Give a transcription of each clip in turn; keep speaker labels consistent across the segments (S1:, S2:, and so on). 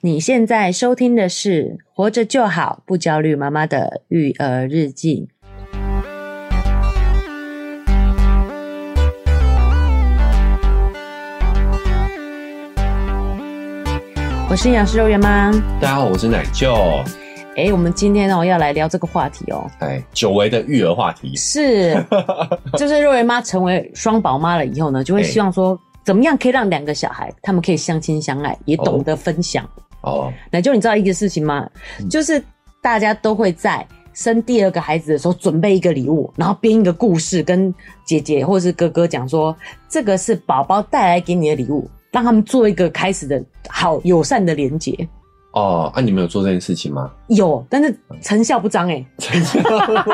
S1: 你现在收听的是《活着就好不焦虑妈妈的育儿日记》。我是营养师肉圆妈。
S2: 大家好，我是奶舅。
S1: 哎，我们今天呢、要来聊这个话题哦，
S2: 哎，久违的育儿话题，
S1: 是，就是肉圆妈成为双宝妈了以后呢，就会希望说，怎么样可以让两个小孩他们可以相亲相爱，也懂得分享。
S2: 哦，
S1: 奶就你知道一个事情吗？
S2: 嗯
S1: 就是大家都会在生第二个孩子的时候准备一个礼物，然后编一个故事，跟姐姐或是哥哥讲说，这个是宝宝带来给你的礼物，让他们做一个开始的好友善的连接。
S2: 哦，啊，你们有做这件事情吗？
S1: 有，但是成效不彰哎、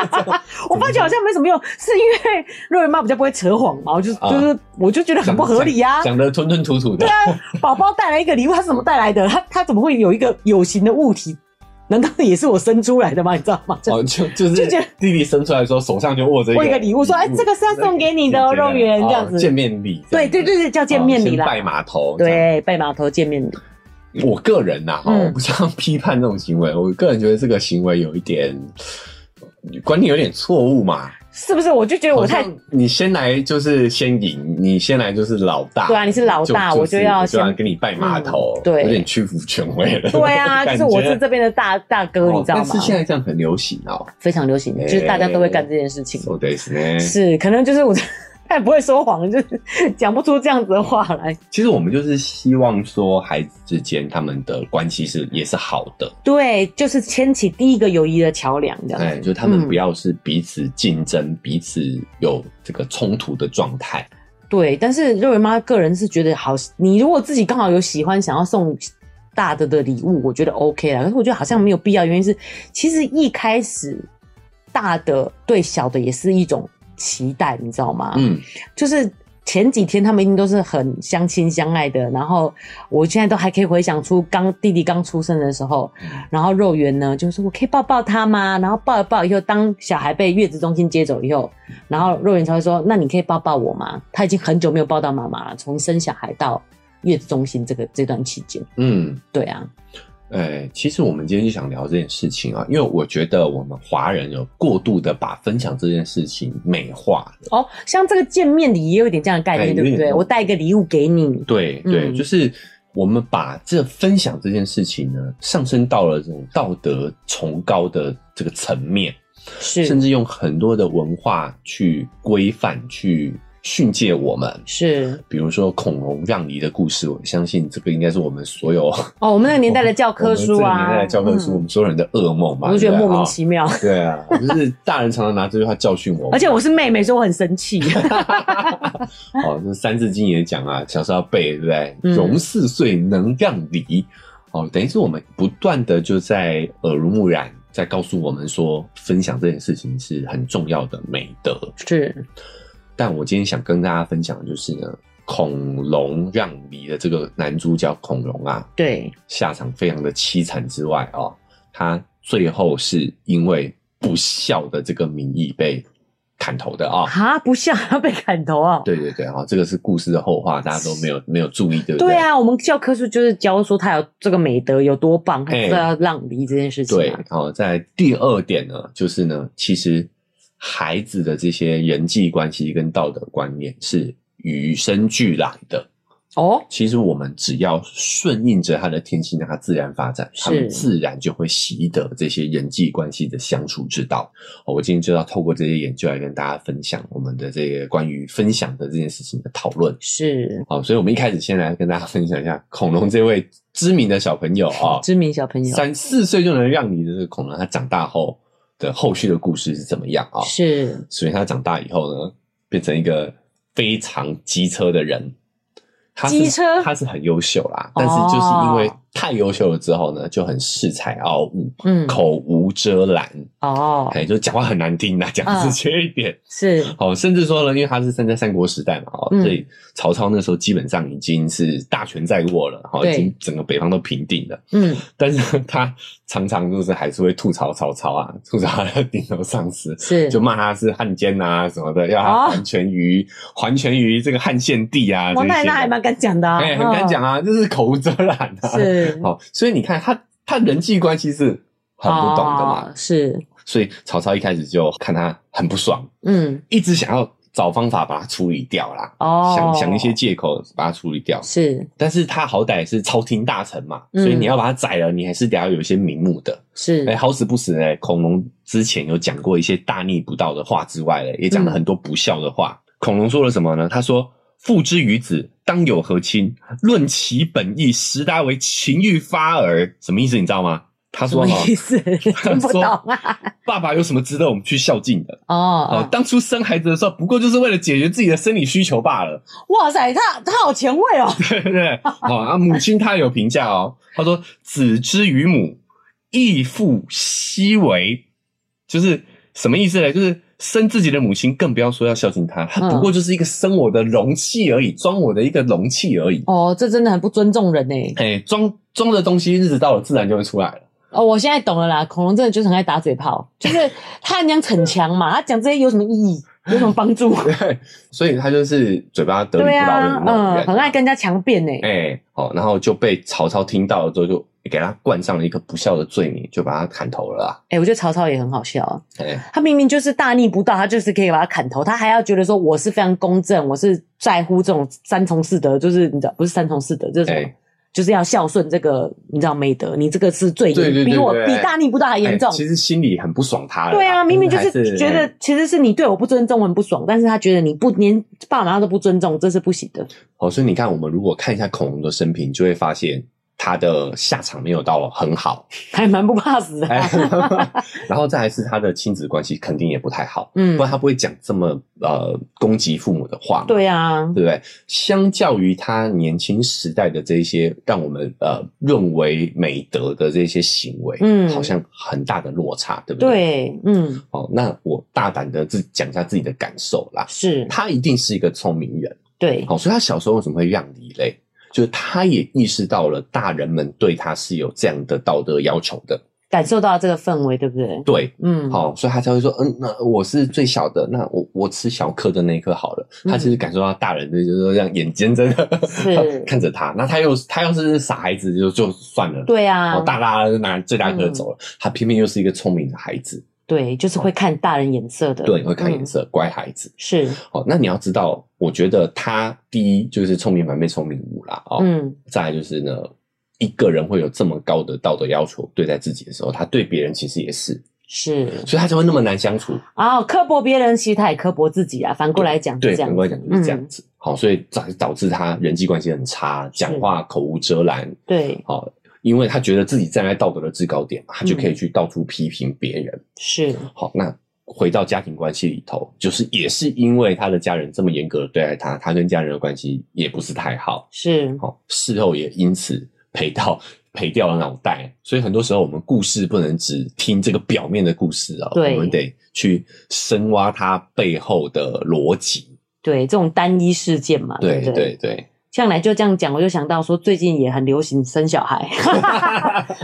S1: 我发觉好像没什么用，是因为瑞文妈比较不会扯谎嘛，我就、
S2: 啊
S1: 就是我就觉得很不合理啊呀、
S2: 讲的吞吞吐吐的
S1: 对，啊，宝宝带来一个礼物，他是怎么带来的？他他怎么会有一个有形的物体？难道也是我生出来的吗？你知道吗？就
S2: 哦，就就是
S1: 就觉得
S2: 弟弟生出来的时候，手上就握着
S1: 握一个礼物说哎这个是要送给你的哦肉圆这样子
S2: 哦见面礼，
S1: 对对对对，叫
S2: 哦，
S1: 见面礼
S2: 先
S1: 啦，
S2: 拜码头，这样。
S1: 对，拜码头见面礼，
S2: 我个人呐，哈，
S1: 嗯
S2: 我不想批判这种行为，我个人觉得这个行为有一点观念有点错误嘛。
S1: 是不是？我就觉得我
S2: 好
S1: 太
S2: 像你先来就是先赢，你先来就是老大。
S1: 对啊你是老大
S2: 就
S1: 我
S2: 就
S1: 就是要
S2: 我就要
S1: 先
S2: 给你拜码头，
S1: 嗯对
S2: 有点屈服权威 了。
S1: 对啊，就
S2: 感
S1: 是
S2: 觉
S1: 我是这边的大大哥，你知道
S2: 哦
S1: 吗
S2: 但？是现在这样很流行哦。
S1: 非常流行，就是大家都会干这件事情。
S2: So this 呢？
S1: 是，可能就是我 太不会说谎了，就是讲不出这样子的话来。
S2: 其实我们就是希望说，孩子之间他们的关系是也是好的，
S1: 对，就是牵起第一个友谊的桥梁，这样
S2: 哎，
S1: 子。
S2: 就他们不要是彼此竞争、彼此有这个冲突的状态。
S1: 对，但是肉圆妈个人是觉得好，你如果自己刚好有喜欢想要送大的的礼物，我觉得 OK 啦。可是我觉得好像没有必要，原因是其实一开始大的对小的也是一种期待，你知道吗？
S2: 嗯，
S1: 就是前几天他们一定都是很相亲相爱的，然后我现在都还可以回想出刚弟弟刚出生的时候，然后肉圆呢就说我可以抱抱他吗？然后抱一抱以后，当小孩被月子中心接走以后，然后肉圆才会说那你可以抱抱我吗？他已经很久没有抱到妈妈了，从生小孩到月子中心这个这段期间，
S2: 嗯，
S1: 对啊，
S2: 哎，其实我们今天就想聊这件事情啊，因为我觉得我们华人有过度的把分享这件事情美化了。
S1: 哦，像这个见面礼也有一点这样的概念，
S2: 哎
S1: 对不
S2: 有点
S1: 对？我带一个礼物给你，
S2: 对对，
S1: 嗯
S2: 就是我们把这分享这件事情呢，上升到了这种道德崇高的这个层面，甚
S1: 是
S2: 至用很多的文化去规范、去训诫我们。
S1: 是
S2: 比如说孔融让梨的故事，我相信这个应该是我们所有
S1: 哦，我们那个年代的教科书
S2: 我们这个年代
S1: 啊，
S2: 的教科书，我
S1: 嗯
S2: 们所有人的噩梦嘛，
S1: 我就觉得
S2: 对不
S1: 莫
S2: 对
S1: 名
S2: 啊
S1: 其妙。
S2: 对啊，就是大人常常拿这句话教训我们，
S1: 而且我是妹妹，所以我很生 气。
S2: 哦，就是《三字经》也讲啊，小时候要背，对不对？
S1: 嗯
S2: 融四岁，能让梨。哦，等于是我们不断的就在耳濡目染，在告诉我们说，分享这件事情是很重要的美德。
S1: 是
S2: 但我今天想跟大家分享的就是呢，孔融让梨的这个男主角孔融啊，
S1: 对，
S2: 下场非常的凄惨之外哦，他最后是因为不孝的这个名义被砍头的啊、
S1: 哈，不像要被砍头啊。
S2: 对对对，哈，这个是故事的后话，大家都没有没有注意，对不
S1: 对啊，我们教科书就是教说他有这个美德有多棒，他
S2: 哎
S1: 知道要让梨这件事情
S2: 对
S1: 啊。，
S2: 好，在第二点呢，就是呢，其实孩子的这些人际关系跟道德观念是与生俱来的。
S1: 哦，
S2: 其实我们只要顺应着他的天性，让他自然发展，
S1: 是
S2: 他们自然就会习得这些人际关系的相处之道。哦我今天就要透过这些研究来跟大家分享我们的这个关于分享的这件事情的讨论。
S1: 是
S2: 好，哦所以我们一开始先来跟大家分享一下恐龙这位知名的小朋友啊，
S1: 知名小朋友
S2: 三四岁就能让你的这个恐龙，他长大后的后续的故事是怎么样啊？
S1: 是
S2: 所以他长大以后呢，变成一个非常机车的人。他是
S1: 机车哦
S2: 他是很优秀啦，但是就是因为太优秀了之后呢，就很恃才傲物，
S1: 嗯
S2: 口无遮拦，
S1: 哦
S2: 哎、就讲话很难听啦，讲
S1: 嗯
S2: 直接一点。
S1: 是
S2: 哦，甚至说呢，因为他是生在三国时代嘛，哦，
S1: 嗯
S2: 所以曹操那时候基本上已经是大权在握了，哦，
S1: 对
S2: 已经整个北方都平定了。
S1: 嗯
S2: 但是他常常就是还是会吐槽曹操啊，吐槽他的顶头上司，
S1: 是
S2: 就骂他是汉奸啊什么的，要他
S1: 哦
S2: 还权于、还权于这个汉献帝啊。
S1: 王
S2: 这
S1: 奶
S2: 些
S1: 奶
S2: 的
S1: 还蛮敢讲的啊，
S2: 哎、很敢讲
S1: 啊，
S2: 啊，就是口无遮拦啊，
S1: 是是
S2: 好，所以你看他他人际关系是很不懂的嘛，
S1: 哦是，
S2: 所以曹操一开始就看他很不爽，
S1: 嗯，
S2: 一直想要找方法把他处理掉啦，
S1: 哦，
S2: 想想一些借口把他处理掉。
S1: 是
S2: 但是他好歹是朝廷大臣嘛，
S1: 嗯
S2: 所以你要把他宰了，你还是得要有一些名目的。
S1: 是
S2: 哎、，好死不死呢，恐龙之前有讲过一些大逆不道的话之外呢，也
S1: 嗯
S2: 讲了很多不孝的话。恐龙说了什么呢？他说：“父之于子，当有和亲。论其本意，实达为情欲发耳。”什么意思？你知道吗？ 他
S1: 什
S2: 说
S1: 么
S2: 哈
S1: 意思？听不懂啊。
S2: 爸爸有什么值得我们去孝敬的？哦，
S1: 哦，
S2: 当初生孩子的时候，不过就是为了解决自己的生理需求罢了。
S1: 哇塞，他他好前卫哦。
S2: 对对对，好、啊，母亲她有评价哦，她说：“子之于母，亦复奚为？”就是什么意思呢？就是生自己的母亲，更不要说要孝敬她，她
S1: 嗯
S2: 不过就是一个生我的容器而已，装我的一个容器而已。
S1: 哦，这真的很不尊重人呢。
S2: 哎，装装的东西，日子到了自然就会出来了。
S1: 哦，我现在懂了啦，恐龙真的就是很爱打嘴炮，就是他很想逞强嘛，他讲这些有什么意义？有什么帮 助？
S2: 对，所以她就是嘴巴得理
S1: 对
S2: 不饶人
S1: 啊
S2: 的，那种
S1: 嗯，
S2: 人
S1: 很爱跟人家强辩呢。
S2: 哎，好，然后就被曹操听到了之后，就给他冠上了一个不孝的罪名，就把他砍头了啊。
S1: 哎，我觉得曹操也很好笑啊，
S2: 哎，
S1: 他明明就是大逆不道，他就是可以把他砍头，他还要觉得说我是非常公正，我是在乎这种三从四德，就是你知道不是三从四德，就是什么
S2: 哎
S1: 就是要孝顺这个你知道美德，你这个是最严，
S2: 对对对
S1: 比我
S2: 对
S1: 比大逆不道还严重。
S2: 哎其实心里很不爽他了啦。
S1: 对啊，明明就
S2: 但还
S1: 是觉
S2: 哎
S1: 得其实是你对我不尊重，我很不爽，但是他觉得你不连爸妈都不尊重，这是不行的。
S2: 哦，所以你看，我们如果看一下恐龙的生平，就会发现他的下场没有到很好。
S1: 还蛮不怕死的。
S2: 哎，然后再来是他的亲子关系肯定也不太好，
S1: 嗯
S2: 不，然他不会讲这么呃攻击父母的话嘛。
S1: 对啊，
S2: 对不对？相较于他年轻时代的这一些让我们呃认为美德的这些行为，
S1: 嗯
S2: 好像很大的落差，对不对？
S1: 对，嗯，
S2: 哦，那我大胆的自讲一下自己的感受啦。
S1: 是，
S2: 他一定是一个聪明人，
S1: 对，
S2: 好、哦，所以他小时候为什么会让梨嘞？就是他也意识到了大人们对他是有这样的道德要求的，
S1: 感受到这个氛围，对不对？
S2: 对，
S1: 嗯，
S2: 好、所以他才会说，嗯，那我是最小的，那我我吃小颗的那一颗好了。
S1: 嗯
S2: 他其实感受到大人的就是说这样眼尖真的
S1: 是
S2: 看着他，那他又他要是傻孩子就就算了，
S1: 对啊嗯
S2: 哦，，大大就拿最大颗走了，他偏偏又是一个聪明的孩子，
S1: 对，就是会看大人眼色的，
S2: 对，会看
S1: 嗯
S2: 颜，色，乖孩子。
S1: 是，
S2: 哦，那你要知道，我觉得他第一就是聪明反被聪明误啦，哦，
S1: 嗯，
S2: 再来就是呢，一个人会有这么高的道德要求对待自己的时候，他对别人其实也是，
S1: 是
S2: 所以他才会那么难相处。
S1: 啊，刻薄别人，其实他也刻薄自己啊。反过来讲
S2: 对
S1: 是，这样
S2: 反
S1: 子，
S2: 过来讲就是这样
S1: 嗯，
S2: 子。好，所以导导致他人际关系很差，讲话口无遮拦。
S1: 对，
S2: 好，因为他觉得自己站在道德的制高点嘛，他就
S1: 嗯
S2: 可以去到处批评别人。
S1: 是，
S2: 好，那回到家庭关系里头，就是也是因为他的家人这么严格的对待他，他跟家人的关系也不是太好。
S1: 是，
S2: 好，事后也因此赔到。赔掉了脑袋，所以很多时候我们故事不能只听这个表面的故事啊、
S1: 对
S2: 我们得去深挖它背后的逻辑。
S1: 对，这种单一事件嘛，
S2: 对
S1: 不对？
S2: 对对，
S1: 向来就这样讲，我就想到说，最近也很流行生小 孩，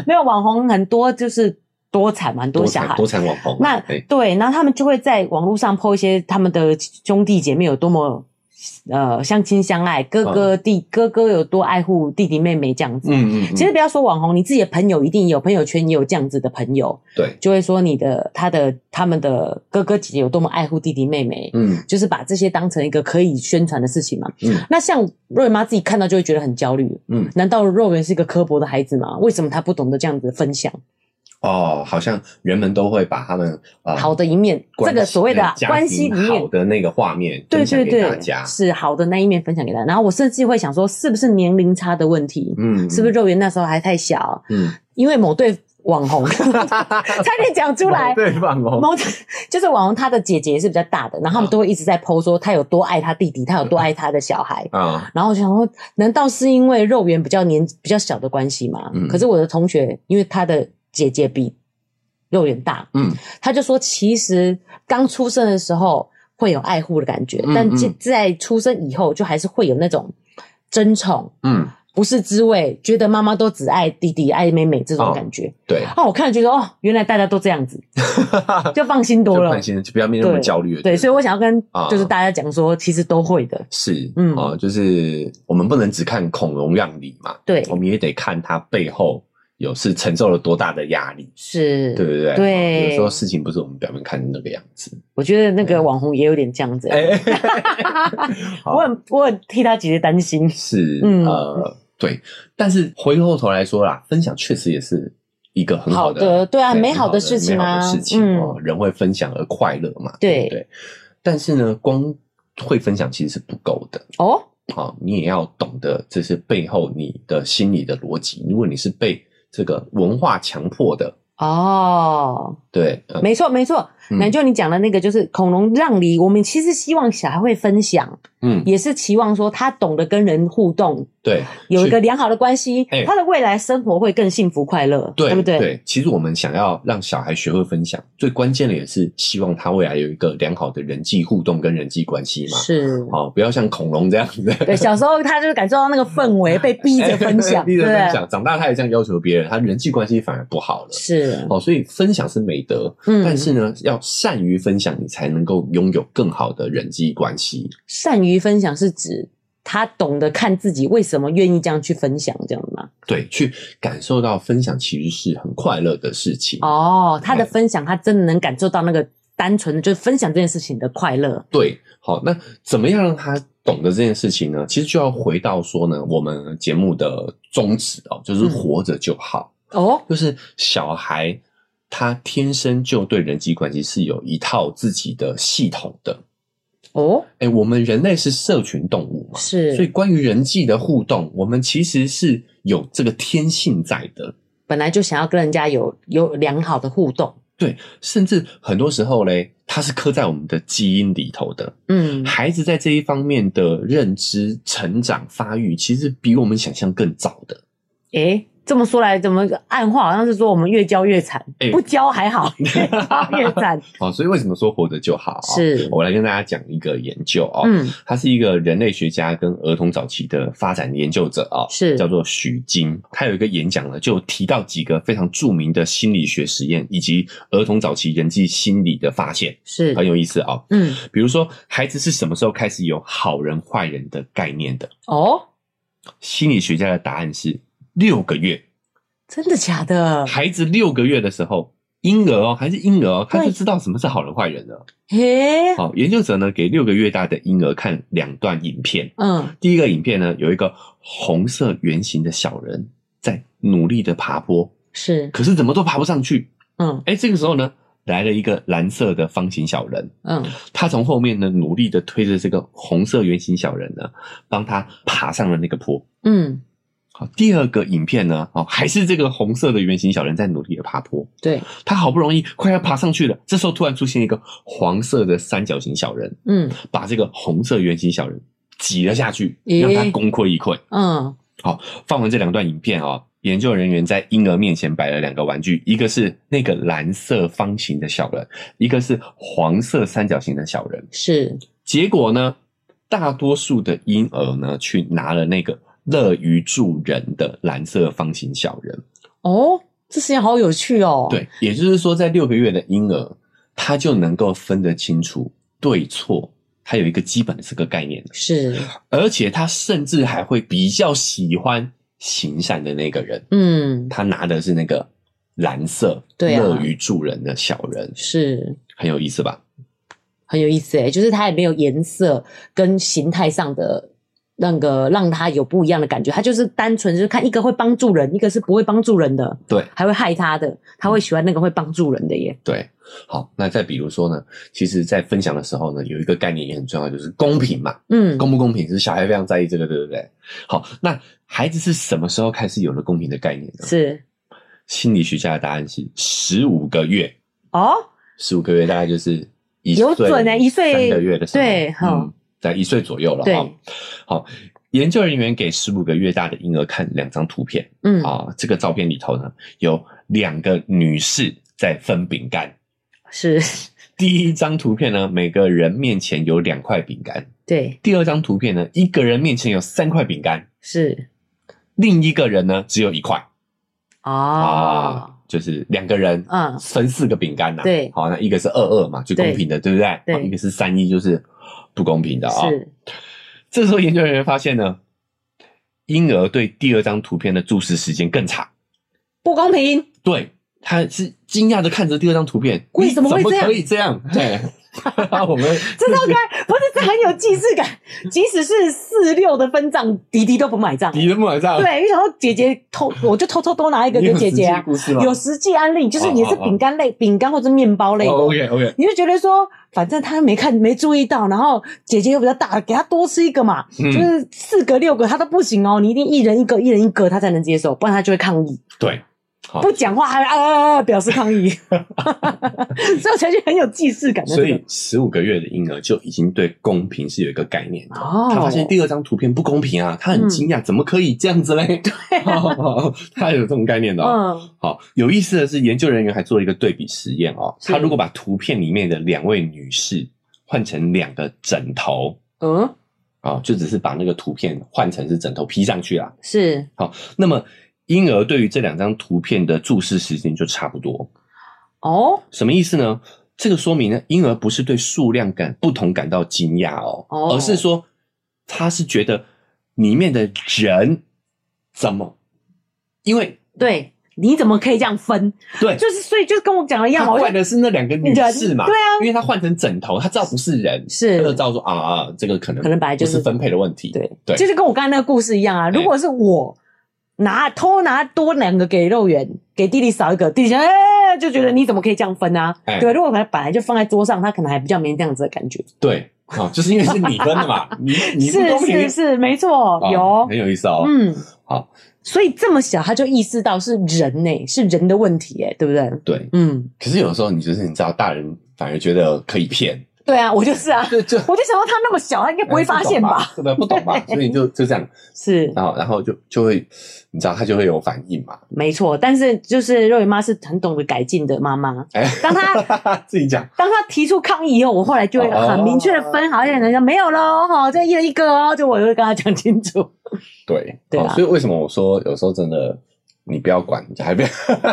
S1: 没有网红很多就是多产嘛，很多
S2: 多
S1: 小
S2: 产
S1: 孩
S2: 多。产哎网红啊
S1: 那
S2: 嘛，对
S1: 对，然后他们就会在网络上 po 一些他们的兄弟姐妹有多么呃相亲相爱，哥哥弟、哥哥有多爱护弟弟妹妹这样子。
S2: 嗯嗯，
S1: 其实不要说网红，你自己的朋友一定有，朋友圈也有这样子的朋友，
S2: 对，
S1: 就会说你的他的他们的哥哥姐姐有多么爱护弟弟妹妹，
S2: 嗯
S1: 就是把这些当成一个可以宣传的事情嘛。
S2: 嗯
S1: 那像肉圆妈自己看到就会觉得很焦虑，
S2: 嗯，
S1: 难道肉圆是一个刻薄的孩子吗？为什么他不懂得这样子分享
S2: 哦，好像人们都会把他们呃
S1: 好的一面？这
S2: 关
S1: 个
S2: 系
S1: 所谓的
S2: 呃家
S1: 关系
S2: 庭
S1: 里面
S2: 好，的那个画面
S1: 对
S2: 分享
S1: 对
S2: 给大
S1: 对
S2: 家，，
S1: 是好的那一面分享给他。然后我甚至会想说，是不是年龄差的问题？
S2: 嗯，
S1: 是不是肉圆那时候还太小？
S2: 嗯？
S1: 因为某对网 红
S2: 嗯，
S1: 差点讲出来。
S2: 对网红，啊
S1: 某就是网红，她的姐姐也是比较大的，然后他们都会一直在 PO 说她有多爱她弟弟，她有
S2: 嗯
S1: 多爱她的小孩。
S2: 啊，
S1: 然后我想说，难道是因为肉圆比较年比较小的关系吗？
S2: 嗯
S1: 可是我的同学，因为他的姐姐比肉圆大，
S2: 嗯
S1: 他就说，其实刚出生的时候会有爱护的感觉，
S2: 嗯
S1: 但
S2: 嗯
S1: 在在出生以后，就还是会有那种争宠，
S2: 嗯
S1: 不是滋味，觉得妈妈都只爱弟弟爱妹妹这种
S2: 哦
S1: 感觉。
S2: 对，
S1: 啊，我看了觉得哦，原来大家都这样子， 就放心多
S2: 就
S1: 了
S2: 放。心，就不要面那么焦虑了。
S1: 对，所以我想要跟
S2: 啊
S1: 就是大家讲说，其实都会的。
S2: 是，
S1: 嗯
S2: 嗯啊、就是我们不能只看孔融让梨嘛，
S1: 对，
S2: 我们也得看他背后有是承受了多大的压力，
S1: 是，
S2: 对不对？哦
S1: 对
S2: 有时候事情不是我们表面看的那个样子。
S1: 我觉得那个
S2: 嗯
S1: 网红也有点这样子。欸
S2: 哎、
S1: 我很我很替他姐姐担心。
S2: 是，
S1: 嗯
S2: 呃，对。但是回过头来说啦，分享确实也是一个很好的，
S1: 好的对啊
S2: 很
S1: 美好的事情啊
S2: 美好的事情
S1: 嗯
S2: 哦，人会分享而快乐嘛，
S1: 对
S2: 对不对。但是呢，光会分享其实是不够的。
S1: 哦，
S2: 啊、你也要懂得这是背后你的心理的逻辑。如果你是被这个文化强迫的，
S1: 哦，
S2: 对，呃、
S1: 没错没错，
S2: 嗯
S1: 奶就你讲的那个就是恐龙让梨，我们其实希望小孩会分享，
S2: 嗯，
S1: 也是期望说他懂得跟人互动，
S2: 对，
S1: 有一
S2: 去
S1: 个良好的关系
S2: 哎，
S1: 他的未来生活会更幸福快乐，
S2: 对
S1: 不对？
S2: 对，其实我们想要让小孩学会分享，最关键的也是希望他未来有一个良好的人际互动跟人际关系嘛。
S1: 是。
S2: 哦，不要像恐龙这样子，
S1: 对，小时候他就是感受到那个氛围，被逼 着分享，
S2: 逼
S1: 对
S2: 着
S1: 不
S2: 分
S1: 对？
S2: 享。长大他也这样要求别人，他人际关系反而不好了。
S1: 是，
S2: 哦，所以分享是美德，
S1: 嗯
S2: 但是呢，要善于分享，你才能够拥有更好的人际关系。
S1: 善于分享是指他懂得看自己为什么愿意这样去分享，这样吗？
S2: 对，去感受到分享其实是很快乐的事情。
S1: 哦，他的分享，他真的能感受到那个单纯的，就是分享这件事情的快乐。
S2: 对，好，那怎么样让他懂得这件事情呢？其实就要回到说呢，我们节目的宗旨哦，就是
S1: 嗯
S2: 活着就好，
S1: 哦，
S2: 就是小孩他天生就对人际关系是有一套自己的系统的。
S1: 哦，
S2: 哎，我们人类是社群动物嘛，
S1: 是，
S2: 所以关于人际的互动，我们其实是有这个天性在的。
S1: 本来就想要跟人家有有良好的互动。
S2: 对，甚至很多时候嘞，它是刻在我们的基因里头的。
S1: 嗯，
S2: 孩子在这一方面的认知、成长、发育，其实比我们想象更早的。
S1: 诶，这么说来，怎么暗话好像是说我们越教越惨，
S2: 诶
S1: 不教还 好，越教越惨。
S2: 哦，所以为什么说活着就好、啊？
S1: 是
S2: 我来跟大家讲一个研究哦，
S1: 嗯，
S2: 他是一个人类学家跟儿童早期的发展研究者哦，
S1: 是
S2: 叫做许金。他有一个演讲呢，就提到几个非常著名的心理学实验以及儿童早期人际心理的发现，
S1: 是，
S2: 很有意思哦。
S1: 嗯，
S2: 比如说，孩子是什么时候开始有好人坏人的概念的？
S1: 哦，
S2: 心理学家的答案是六个月。
S1: 真的假的？
S2: 孩子六个月的时候，婴儿哦，还是婴儿哦，他
S1: 对
S2: 就知道什么是好人坏人了。
S1: 嘿，
S2: 好，研究者呢给六个月大的婴儿看两段影片，
S1: 嗯，
S2: 第一个影片呢有一个红色圆形的小人在努力的爬坡，
S1: 是，
S2: 可是怎么都爬不上去。
S1: 嗯
S2: 哎，这个时候呢来了一个蓝色的方形小人，
S1: 嗯，
S2: 他从后面呢努力的推着这个红色圆形小人呢，帮他爬上了那个坡。
S1: 嗯，
S2: 好，第二个影片呢，哦，还是这个红色的圆形小人在努力的爬坡。
S1: 对，
S2: 他好不容易快要爬上去了，这时候突然出现一个黄色的三角形小人，
S1: 嗯
S2: 把这个红色圆形小人挤了下去，
S1: 咦
S2: 让他功亏一篑。
S1: 嗯，
S2: 好，放完这两段影片啊、研究人员在婴儿面前摆了两个玩具，一个是那个蓝色方形的小人，一个是黄色三角形的小人。
S1: 是，
S2: 结果呢，大多数的婴儿呢去拿了那个乐于助人的蓝色方形小人。
S1: 哦，这事情好有趣哦。，
S2: 对，也就是说，在六个月的婴儿，他就能够分得清楚对错，他有一个基本的这个概念，
S1: 是，
S2: 而且他甚至还会比较喜欢行善的那个人，
S1: 嗯，
S2: 他拿的是那个蓝色
S1: 对啊
S2: 乐于助人的小人，
S1: 是
S2: 很有意思吧？
S1: 很有意思诶，就是它也没有颜色跟形态上的。那个让他有不一样的感觉，他就是单纯就是看一个会帮助人，一个是不会帮助人的，
S2: 对
S1: 还会害他的，他会喜欢那个会帮助人的耶。
S2: 对，好，那再比如说呢，其实，在分享的时候呢，有一个概念也很重要，就是公平嘛，
S1: 嗯，
S2: 公不公平是小孩非常在意这个，对不对？好，那孩子是什么时候开始有了公平的概念呢？
S1: 是
S2: 心理学家的答案是十五个月，
S1: 哦，
S2: 十五个月大概就是一
S1: 有准欸一岁
S2: 三个月的时候，
S1: 对好
S2: 嗯，在一岁左右了。
S1: 对
S2: 哦好，研究人员给十五个月大的婴儿看两张图片
S1: 嗯，
S2: 啊，这个照片里头呢有两个女士在分饼干。
S1: 是，
S2: 第一张图片呢，每个人面前有两块饼干；
S1: 对，
S2: 第二张图片呢，一个人面前有三块饼干。
S1: 是，
S2: 另一个人呢只有一块
S1: 哦，
S2: 啊就是两个人，
S1: 嗯
S2: 分四个饼干呐，
S1: 对
S2: 好，那一个是二二嘛，最公平的，对不对？
S1: 对
S2: 好一个是三一，就是不公平的啊。
S1: 是
S2: 这时候研究人员发现呢，婴儿对第二张图片的注视时间更长。
S1: 不公平，
S2: 对，他是惊讶的看着第二张图片，
S1: 为什么会
S2: 你怎
S1: 这
S2: 么
S1: 样
S2: 可以 这样？对， 我们
S1: 这超可爱，不是这很有既视感。即使是四六的分账，迪迪都不买账。
S2: 你能不能这 样？
S1: 对，因为想说姐姐 偷，我就偷偷多拿一个
S2: 你
S1: 给
S2: 有
S1: 姐姐
S2: 实
S1: 啊
S2: 际。故事吗？
S1: 有实际案例，就是也是
S2: 哦哦哦
S1: 饼干类、饼干或者面包类的。
S2: OK OK，
S1: 你就觉得说，反正他没看没注意到，然后姐姐又比较大，给他多吃一个嘛，
S2: 嗯
S1: 就是四个六个他都不行哦，你一定一人一个，一人一个他才能接受，不然他就会抗议，
S2: 对，好
S1: 不讲话还啊啊啊啊表示抗议，所以我才觉得很有既视感的、这
S2: 所
S1: 个。
S2: 以十五个月的婴儿就已经对公平是有一个概念的。
S1: 哦，嗯
S2: 他发现第二张图片不公平啊，他很惊讶，怎么可以这样子嘞？ 哦他有这种概念的哦。
S1: 嗯
S2: 好，有意思的是，研究人员还做了一个对比实验哦。
S1: 是
S2: 他如果把图片里面的两位女士换成两个枕头
S1: 嗯
S2: 啊，就只是把那个图片换成是枕头披上去啦。
S1: 是
S2: 那么婴儿对于这两张图片的注视时间就差不多。
S1: 哦
S2: 什么意思呢？这个说明呢，婴儿不是对数量感不同感到惊讶哦，
S1: 哦
S2: 而是说他是觉得里面的人怎么，因为
S1: 对，你怎么可以这样分？
S2: 对，
S1: 就是所以就跟我讲的一样
S2: 他
S1: 嘛，我
S2: 怪
S1: 就
S2: 的是那两个女士嘛，
S1: 人对啊，
S2: 因为他换成枕头，他知道不是人，
S1: 是
S2: 他就知道说啊啊，这个可能
S1: 可能本来就
S2: 不是
S1: 是
S2: 分配的问题，
S1: 对
S2: 对嗯
S1: 就是跟我刚才那个故事一样啊。如果是我拿偷拿多两个给肉圆，给弟弟少一个，弟弟想哎、就觉得你怎么可以这样分啊？
S2: 哎
S1: 对，如果本来就放在桌上，他可能还比较没这样子的感觉。
S2: 对，啊，就是因为是你分的嘛，你你不
S1: 是
S2: 公平
S1: 是是，没错，
S2: 啊
S1: 有
S2: 很有意思哦，
S1: 嗯
S2: 好，
S1: 所以这么小他就意识到是人呢、是人的问题哎、对不对？
S2: 对，
S1: 嗯，
S2: 可是有时候你就是你知道，大人反而觉得可以骗，
S1: 对啊，我就是 啊，
S2: 就就
S1: 我就想到他那么小，他应该不会发现吧？
S2: 对吧？哎不懂 吧？所以就就这样，
S1: 是
S2: 然后然后就就会，你知道他就会有反应嘛？
S1: 没错，但是就是肉圆妈是很懂得改进的妈妈，
S2: 哎，
S1: 当他
S2: 自己讲，
S1: 当他提出抗议以后，我后来就会
S2: 哦
S1: 很明确的分好一点，人家没有喽，哈，这一人一个哦，就我就会跟他讲清 楚。
S2: 对
S1: 对啊
S2: 哦所以为什么我说有时候真的你不要管，你还不要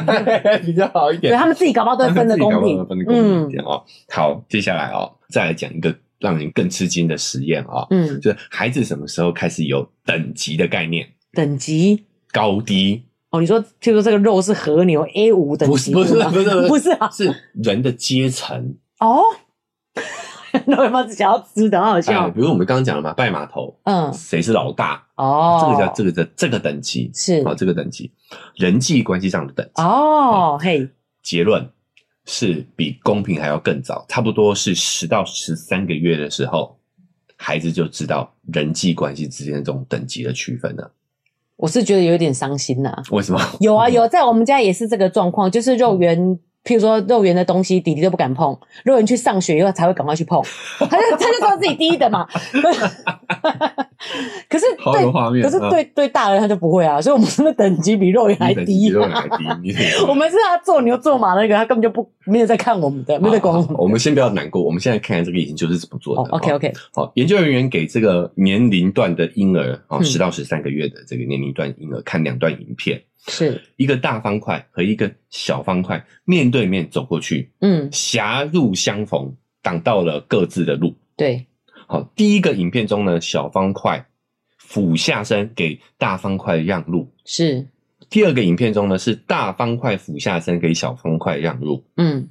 S2: 比较好一
S1: 对
S2: 点，
S1: 他们自己搞不好都会分得公平，嗯
S2: 分的公平一点哦。好，接下来哦，再来讲一个让人更吃惊的实验哦，
S1: 嗯嗯，
S2: 就是孩子什么时候开始有等级的概念，
S1: 等级
S2: 高低
S1: 哦，你说，譬如说这个肉是和牛 A 五等
S2: 不是
S1: 级，
S2: 不是
S1: 吗
S2: 不是
S1: 不是啊，
S2: 是人的阶层。
S1: 哦， 肉妈只想要吃的，好好
S2: 哎，
S1: 笑，
S2: 比如我们刚刚讲了嘛，拜码头，
S1: 嗯，
S2: 谁是老大？
S1: 哦，
S2: 这个叫这个叫这个等级
S1: 是
S2: 啊、这个等级人际关系上的等级。
S1: 哦，嘿，
S2: 结论是比公平还要更早，差不多是十到十三个月的时候，孩子就知道人际关系之间这种等级的区分了。
S1: 我是觉得有点伤心呐、
S2: 为什么？
S1: 有啊，有，在我们家也是这个状况，就是肉圆，
S2: 嗯
S1: 譬如说肉圆的东西，弟弟都不敢碰，肉圆去上学以后才会赶快去碰， 他就他就知道自己第一等嘛。 可是
S2: 好有
S1: 对，
S2: 画面。
S1: 可是
S2: 嗯
S1: 对对大人他就不会啊，所以我们是不是等级比肉圆还
S2: 你嗯等级
S1: 低啊
S2: 比？我还低，你等级比
S1: 我们是他做牛做马那个，他根本就不没有在看我们的，没有在管我
S2: 啊好
S1: 们。
S2: 我们先不要难过，我们现在看看这个研究是怎么做的。
S1: 哦，OK
S2: 哦
S1: OK，
S2: 好，研究人员给这个年龄段的婴儿啊，
S1: 嗯
S2: 十到十三个月的这个年龄段婴儿看两段影片，
S1: 是，
S2: 一个大方块和一个小方块面对面走过去，
S1: 嗯，
S2: 狭路相逢，挡到了各自的路。
S1: 对，
S2: 好，第一个影片中呢，小方块俯下身给大方块让路；
S1: 是，
S2: 第二个影片中呢，是大方块俯下身给小方块让路。
S1: 嗯，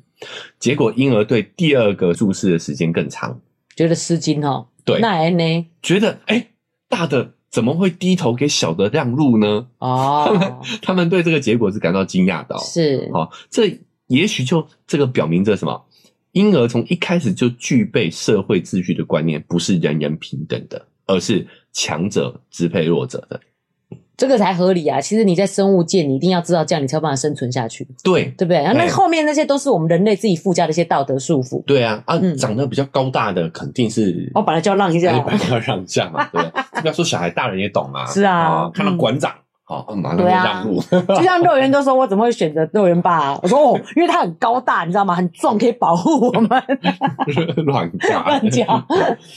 S2: 结果婴儿对第二个注视的时间更长，
S1: 觉得失惊哦。
S2: 对
S1: 那还呢？
S2: 觉得哎、诶大的怎么会低头给小的让路呢？
S1: 哦，
S2: 他们对这个结果是感到惊讶的、哦。
S1: 是，
S2: 好、这也许就这个表明着什么？婴儿从一开始就具备社会秩序的观念，不是人人平等的，而是强者支配弱者的。
S1: 这个才合理啊！其实你在生物界，你一定要知道这样，你才有办法生存下去，
S2: 对
S1: 对不对？然后那
S2: 对
S1: 后面那些都是我们人类自己附加的一些道德束缚。
S2: 对啊，啊，
S1: 嗯哦
S2: 长得比较高大的肯定是
S1: 我本来就要让一
S2: 哎
S1: 下，
S2: 本来要让一下嘛，对 不对？不要说小孩，大人也懂啊。
S1: 是啊
S2: 看到
S1: 嗯
S2: 馆长，好、哦马上就
S1: 对啊
S2: 让路。
S1: 就像肉圆都说，我怎么会选择肉圆爸、啊？我 说哦，因为他很高大，你知道吗？很壮，可以保护我们。
S2: 乱讲，
S1: 乱讲。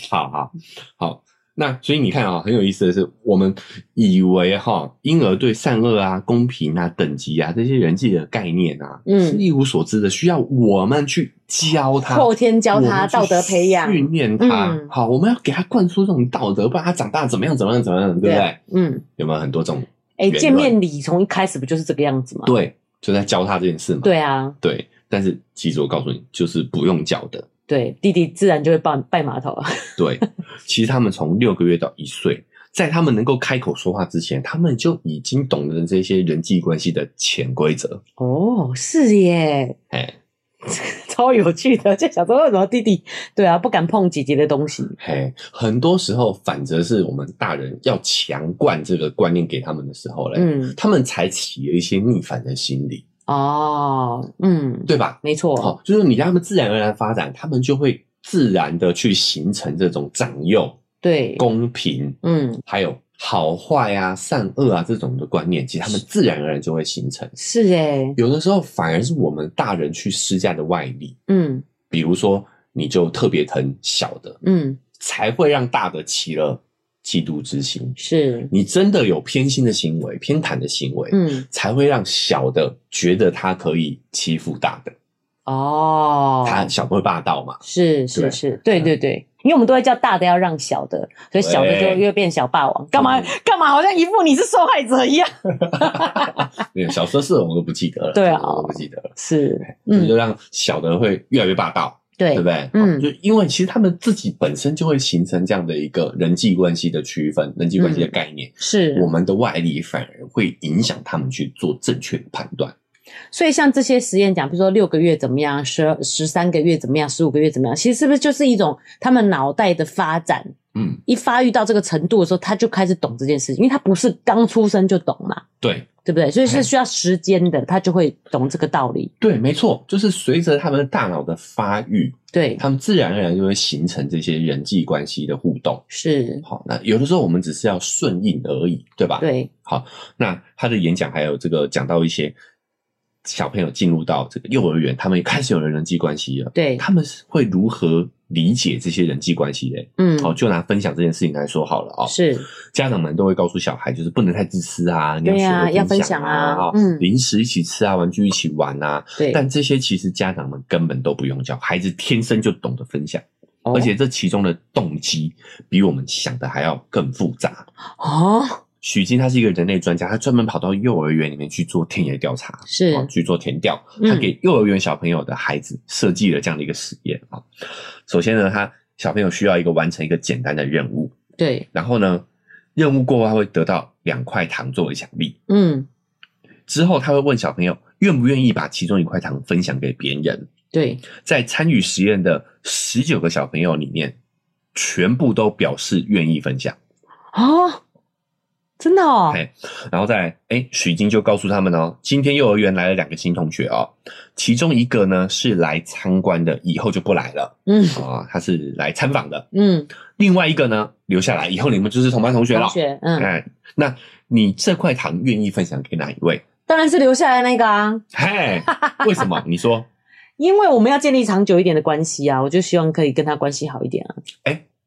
S2: 好好好，那所以你看啊、很有意思的是，我们以为哈婴儿对善恶啊、公平啊、等级啊这些人际的概念啊，
S1: 嗯
S2: 是一无所知的，需要我们去教他，
S1: 后天教
S2: 我
S1: 他
S2: 们去
S1: 道德培养，
S2: 训练他。
S1: 嗯
S2: 好，我们要给他灌输这种道德，不然他长大怎么样怎么样怎么样，对不对？
S1: 嗯，
S2: 有没有很多种？
S1: 哎、
S2: 言论
S1: 见面礼从一开始不就是这个样子吗？
S2: 对，就在教他这件事嘛。
S1: 对啊，
S2: 对，但是其实我告诉你，就是不用教的。
S1: 对，弟弟自然就会拜拜码头啊。
S2: 对，其实他们从六个月到一岁，在他们能够开口说话之前，他们就已经懂得这些人际关系的潜规则。
S1: 哦，是耶，
S2: 哎
S1: 超有趣的。就想说为什么弟弟对啊不敢碰姐姐的东西？
S2: 嘿，很多时候反则是我们大人要强灌这个观念给他们的时候嘞，
S1: 嗯，
S2: 他们才起了一些逆反的心理，
S1: 哦，嗯，
S2: 对吧？
S1: 没错，
S2: 好、就是你让他们自然而然发展，他们就会自然的去形成这种长幼、
S1: 对，
S2: 公平，
S1: 嗯，
S2: 还有好坏啊、善恶啊这种的观念，其实他们自然而然就会形成。
S1: 是耶，
S2: 有的时候反而是我们大人去施加的外力，
S1: 嗯
S2: 比如说你就特别疼小的，
S1: 嗯，
S2: 才会让大的起了嫉妒之心。
S1: 是，
S2: 你真的有偏心的行为、偏袒的行为，
S1: 嗯，
S2: 才会让小的觉得他可以欺负大的，
S1: 哦，
S2: 他嗯小会霸道 嘛。
S1: 是是
S2: 对
S1: 是，对对对，因为我们都会叫大的要让小的，所以小的就
S2: 对
S1: 越变小霸王。干嘛
S2: 嗯
S1: 干嘛，好像一副你是受害者一 样。
S2: 那个小时候事我都不记得了，
S1: 对啊
S2: 我都不记得了。
S1: 是，
S2: 嗯，
S1: 嗯
S2: 就，让小的会越来越霸道，
S1: 对
S2: 对不对？
S1: 嗯
S2: 就因为其实他们自己本身就会形成这样的一个人际关系的区分、人际关
S1: 嗯
S2: 系的概念。
S1: 是
S2: 我。们的外力反而会影响他们去做正确的判断。
S1: 所以像这些实验讲，比如说六个月怎么样，十十三个月怎么样，十五个月怎么样，其实是不是就是一种他们脑袋的发展？
S2: 嗯，
S1: 一发育到这个程度的时候，他就开始懂这件事情，因为他不是刚出生就懂嘛，
S2: 对
S1: 对不对？所以
S2: 嘿
S1: 是需要时间的，他就会懂这个道理。
S2: 对，没错，就是随着他们的大脑的发育，
S1: 对，
S2: 他们自然而然就会形成这些人际关系的互动。
S1: 是，
S2: 好，那有的时候我们只是要顺应而已，对吧？。
S1: 对，
S2: 那他的演讲还有这个讲到一些小朋友进入到这个幼儿园，他们开始有了人际关系了，
S1: 对，
S2: 他们是会如何理解这些人际关系的？
S1: 嗯，
S2: 好，就拿分享这件事情来说好了哦。
S1: 是，
S2: 家长们都会告诉小孩，就是不能太自私啊，你
S1: 对
S2: 学
S1: 啊
S2: 会
S1: 要分
S2: 分
S1: 享
S2: 啊，
S1: 啊
S2: 哦
S1: 嗯
S2: 零食一起吃啊，玩具一起玩啊。
S1: 对，
S2: 但这些其实家长们根本都不用教，孩子天生就懂得分享，
S1: 哦
S2: 而且这其中的动机比我们想的还要更复杂。
S1: 哦，
S2: 许金他是一个人类专家，他专门跑到幼儿园里面去做田野调查，
S1: 是
S2: 哦去做田调，
S1: 嗯
S2: 他给幼儿园小朋友的孩子设计了这样的一个实验啊、首先呢，他小朋友需要一个完成一个简单的任务，
S1: 对，
S2: 然后呢，任务过后他会得到两块糖作为奖励。
S1: 嗯，
S2: 之后他会问小朋友愿不愿意把其中一块糖分享给别人。
S1: 对，
S2: 在参与实验的十九个小朋友里面，全部都表示愿意分享。
S1: 哦，真的哦，
S2: 哎然后再来，哎，许晶就告诉他们哦，今天幼儿园来了两个新同学哦，其中一个呢是来参观的，以后就不来了
S1: 嗯
S2: 啊、他是来参访的；
S1: 嗯，
S2: 另外一个呢留下来，以后你们就是同班同学了
S1: 同。学，嗯，
S2: 哎，那你这块糖愿意分享给哪一位？
S1: 当然是留下来那个啊，
S2: 嘿，为什么？你说，
S1: 因为我们要建立长久一点的关系啊，我就希望可以跟他关系好一点啊。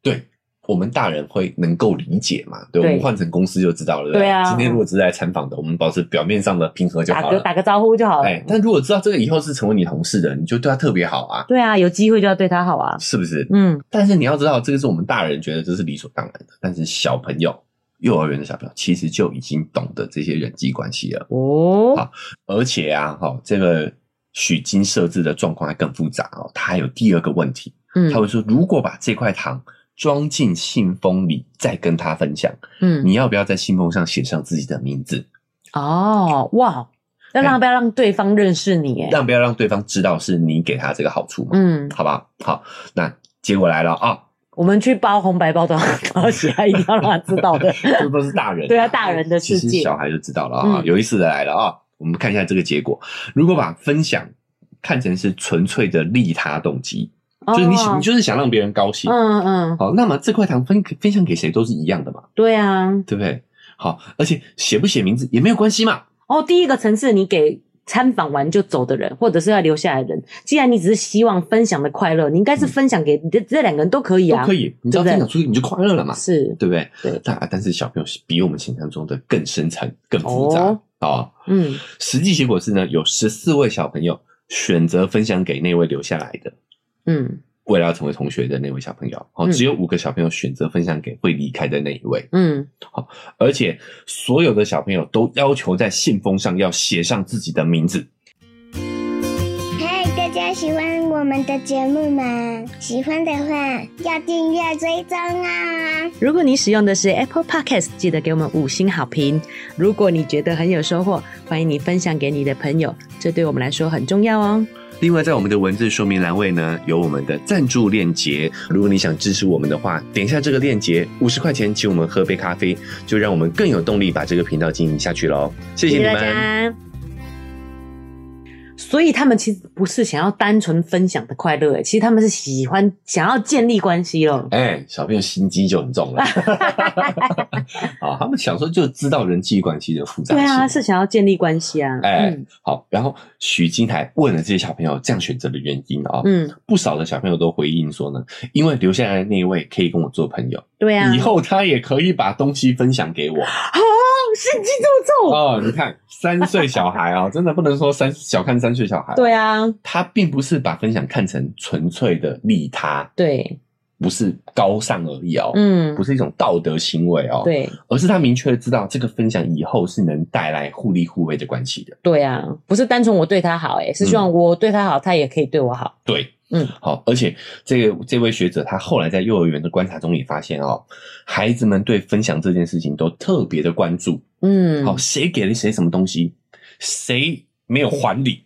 S2: 对我们大人会能够理解嘛？对，
S1: 对
S2: 我们换成公司就知道了。不
S1: 对啊
S2: 今天如果只是来参访的，我们保持表面上的平和就
S1: 打
S2: 好
S1: 个
S2: 了。
S1: 打个哦招呼就好了。
S2: 哎，但如果知道这个以后是成为你同事的，你就对他特别好啊，
S1: 对啊，有机会就要对他好啊。
S2: 是不是？
S1: 嗯，
S2: 但是你要知道，这个是我们大人觉得这是理所当然的，但是小朋友。幼儿园的小朋友其实就已经懂得这些人际关系了，
S1: 哦，
S2: 好而且啊，哈、这个许金设置的状况还更复杂哦。他还有第二个问题，
S1: 嗯
S2: 他会说，如果把这块糖装进信封里，再跟他分享，
S1: 嗯，
S2: 你要不要在信封上写上自己的名字，
S1: 哦，哇，要让不要让对方认识你？哎，
S2: 让不要哎让对方知道是你给他这个好处嘛？
S1: 嗯，
S2: 好不好？好，那结果来了啊，
S1: 我们去包红白包的， 而且还一定要让他知道 的。
S2: 这都是大人，
S1: 对啊大人的世界
S2: 其实小孩就知道了啊。
S1: 嗯
S2: 有意思的来了啊，我们看一下这个结果。如果把分享看成是纯粹的利他动机，就是你喜
S1: 哦
S2: 你就是想让别人高兴，
S1: 嗯嗯，
S2: 好，那么这块糖分分享给谁都是一样的嘛，
S1: 对啊。
S2: 对不对？好，而且写不写名字也没有关系嘛，
S1: 哦，第一个层次你给参访完就走的人，或者是要留下来的人，既然你只是希望分享的快乐，你应该是分享给这这两个人都可以
S2: 嗯都
S1: 啊，
S2: 可以，啊你只要
S1: 对不对
S2: 分享出去，你就快乐了嘛，
S1: 是，
S2: 对不对？
S1: 对，
S2: 但啊但是小朋友是比我们想象中的更深层、更复杂啊
S1: 哦、嗯，
S2: 实际结果是呢，有十四位小朋友选择分享给那位留下来的，
S1: 嗯
S2: 为了要成为同学的那位小朋友，哦，
S1: 嗯
S2: 只有五个小朋友选择分享给会离开的那一位，
S1: 嗯，
S2: 而且所有的小朋友都要求在信封上要写上自己的名字。
S3: 嗨，大家喜欢我们的节目吗？喜欢的话要订阅追踪啊、
S1: 如果你使用的是 Apple Podcast，记得给我们五星好评。如果你觉得很有收获，欢迎你分享给你的朋友，这对我们来说很重要哦。
S2: 另外，在我们的文字说明栏位呢，有我们的赞助链接。如果你想支持我们的话，点一下这个链接，五十块钱请我们喝杯咖啡，就让我们更有动力把这个频道经营下去喽。谢谢你
S1: 大
S2: 们。
S1: 家。所以他们其实不是想要单纯分享的快乐，欸其实他们是喜欢想要建立关系咯。
S2: 哎、小朋友心机就很 重了，啊，他们小时候就知道人际关系的复杂
S1: 对
S2: 性。
S1: 啊，是想要建立关系啊。
S2: 哎、
S1: 嗯
S2: 好。然后许金还问了这些小朋友这样选择的原因啊、
S1: 嗯，
S2: 不少的小朋友都回应说呢，因为留下来的那一位可以跟我做朋友，
S1: 对啊。
S2: 以后他也可以把东西分享给我。
S1: 哦，心机重重。
S2: 哦，你看，三岁小孩啊、 真的不能说三小看三岁小孩。
S1: 对，啊，
S2: 他并不是把分享看成纯粹的利他，
S1: 对，
S2: 不是高尚而已哦，
S1: 嗯
S2: 不，是一种道德行为哦，，
S1: 对，
S2: 而是他明确的知道这个分享以后是能带来互利互惠的关系的。
S1: 对啊，不是单纯我对他好、哎，是希
S2: 嗯
S1: 望我对他好，他也可以对我好。
S2: 对，
S1: 嗯，
S2: 好，而且这个这位学者他后来在幼儿园的观察中也发现哦，孩子们对分享这件事情都特别的关注，
S1: 嗯，
S2: 好，谁给了谁什么东西，谁没有还礼，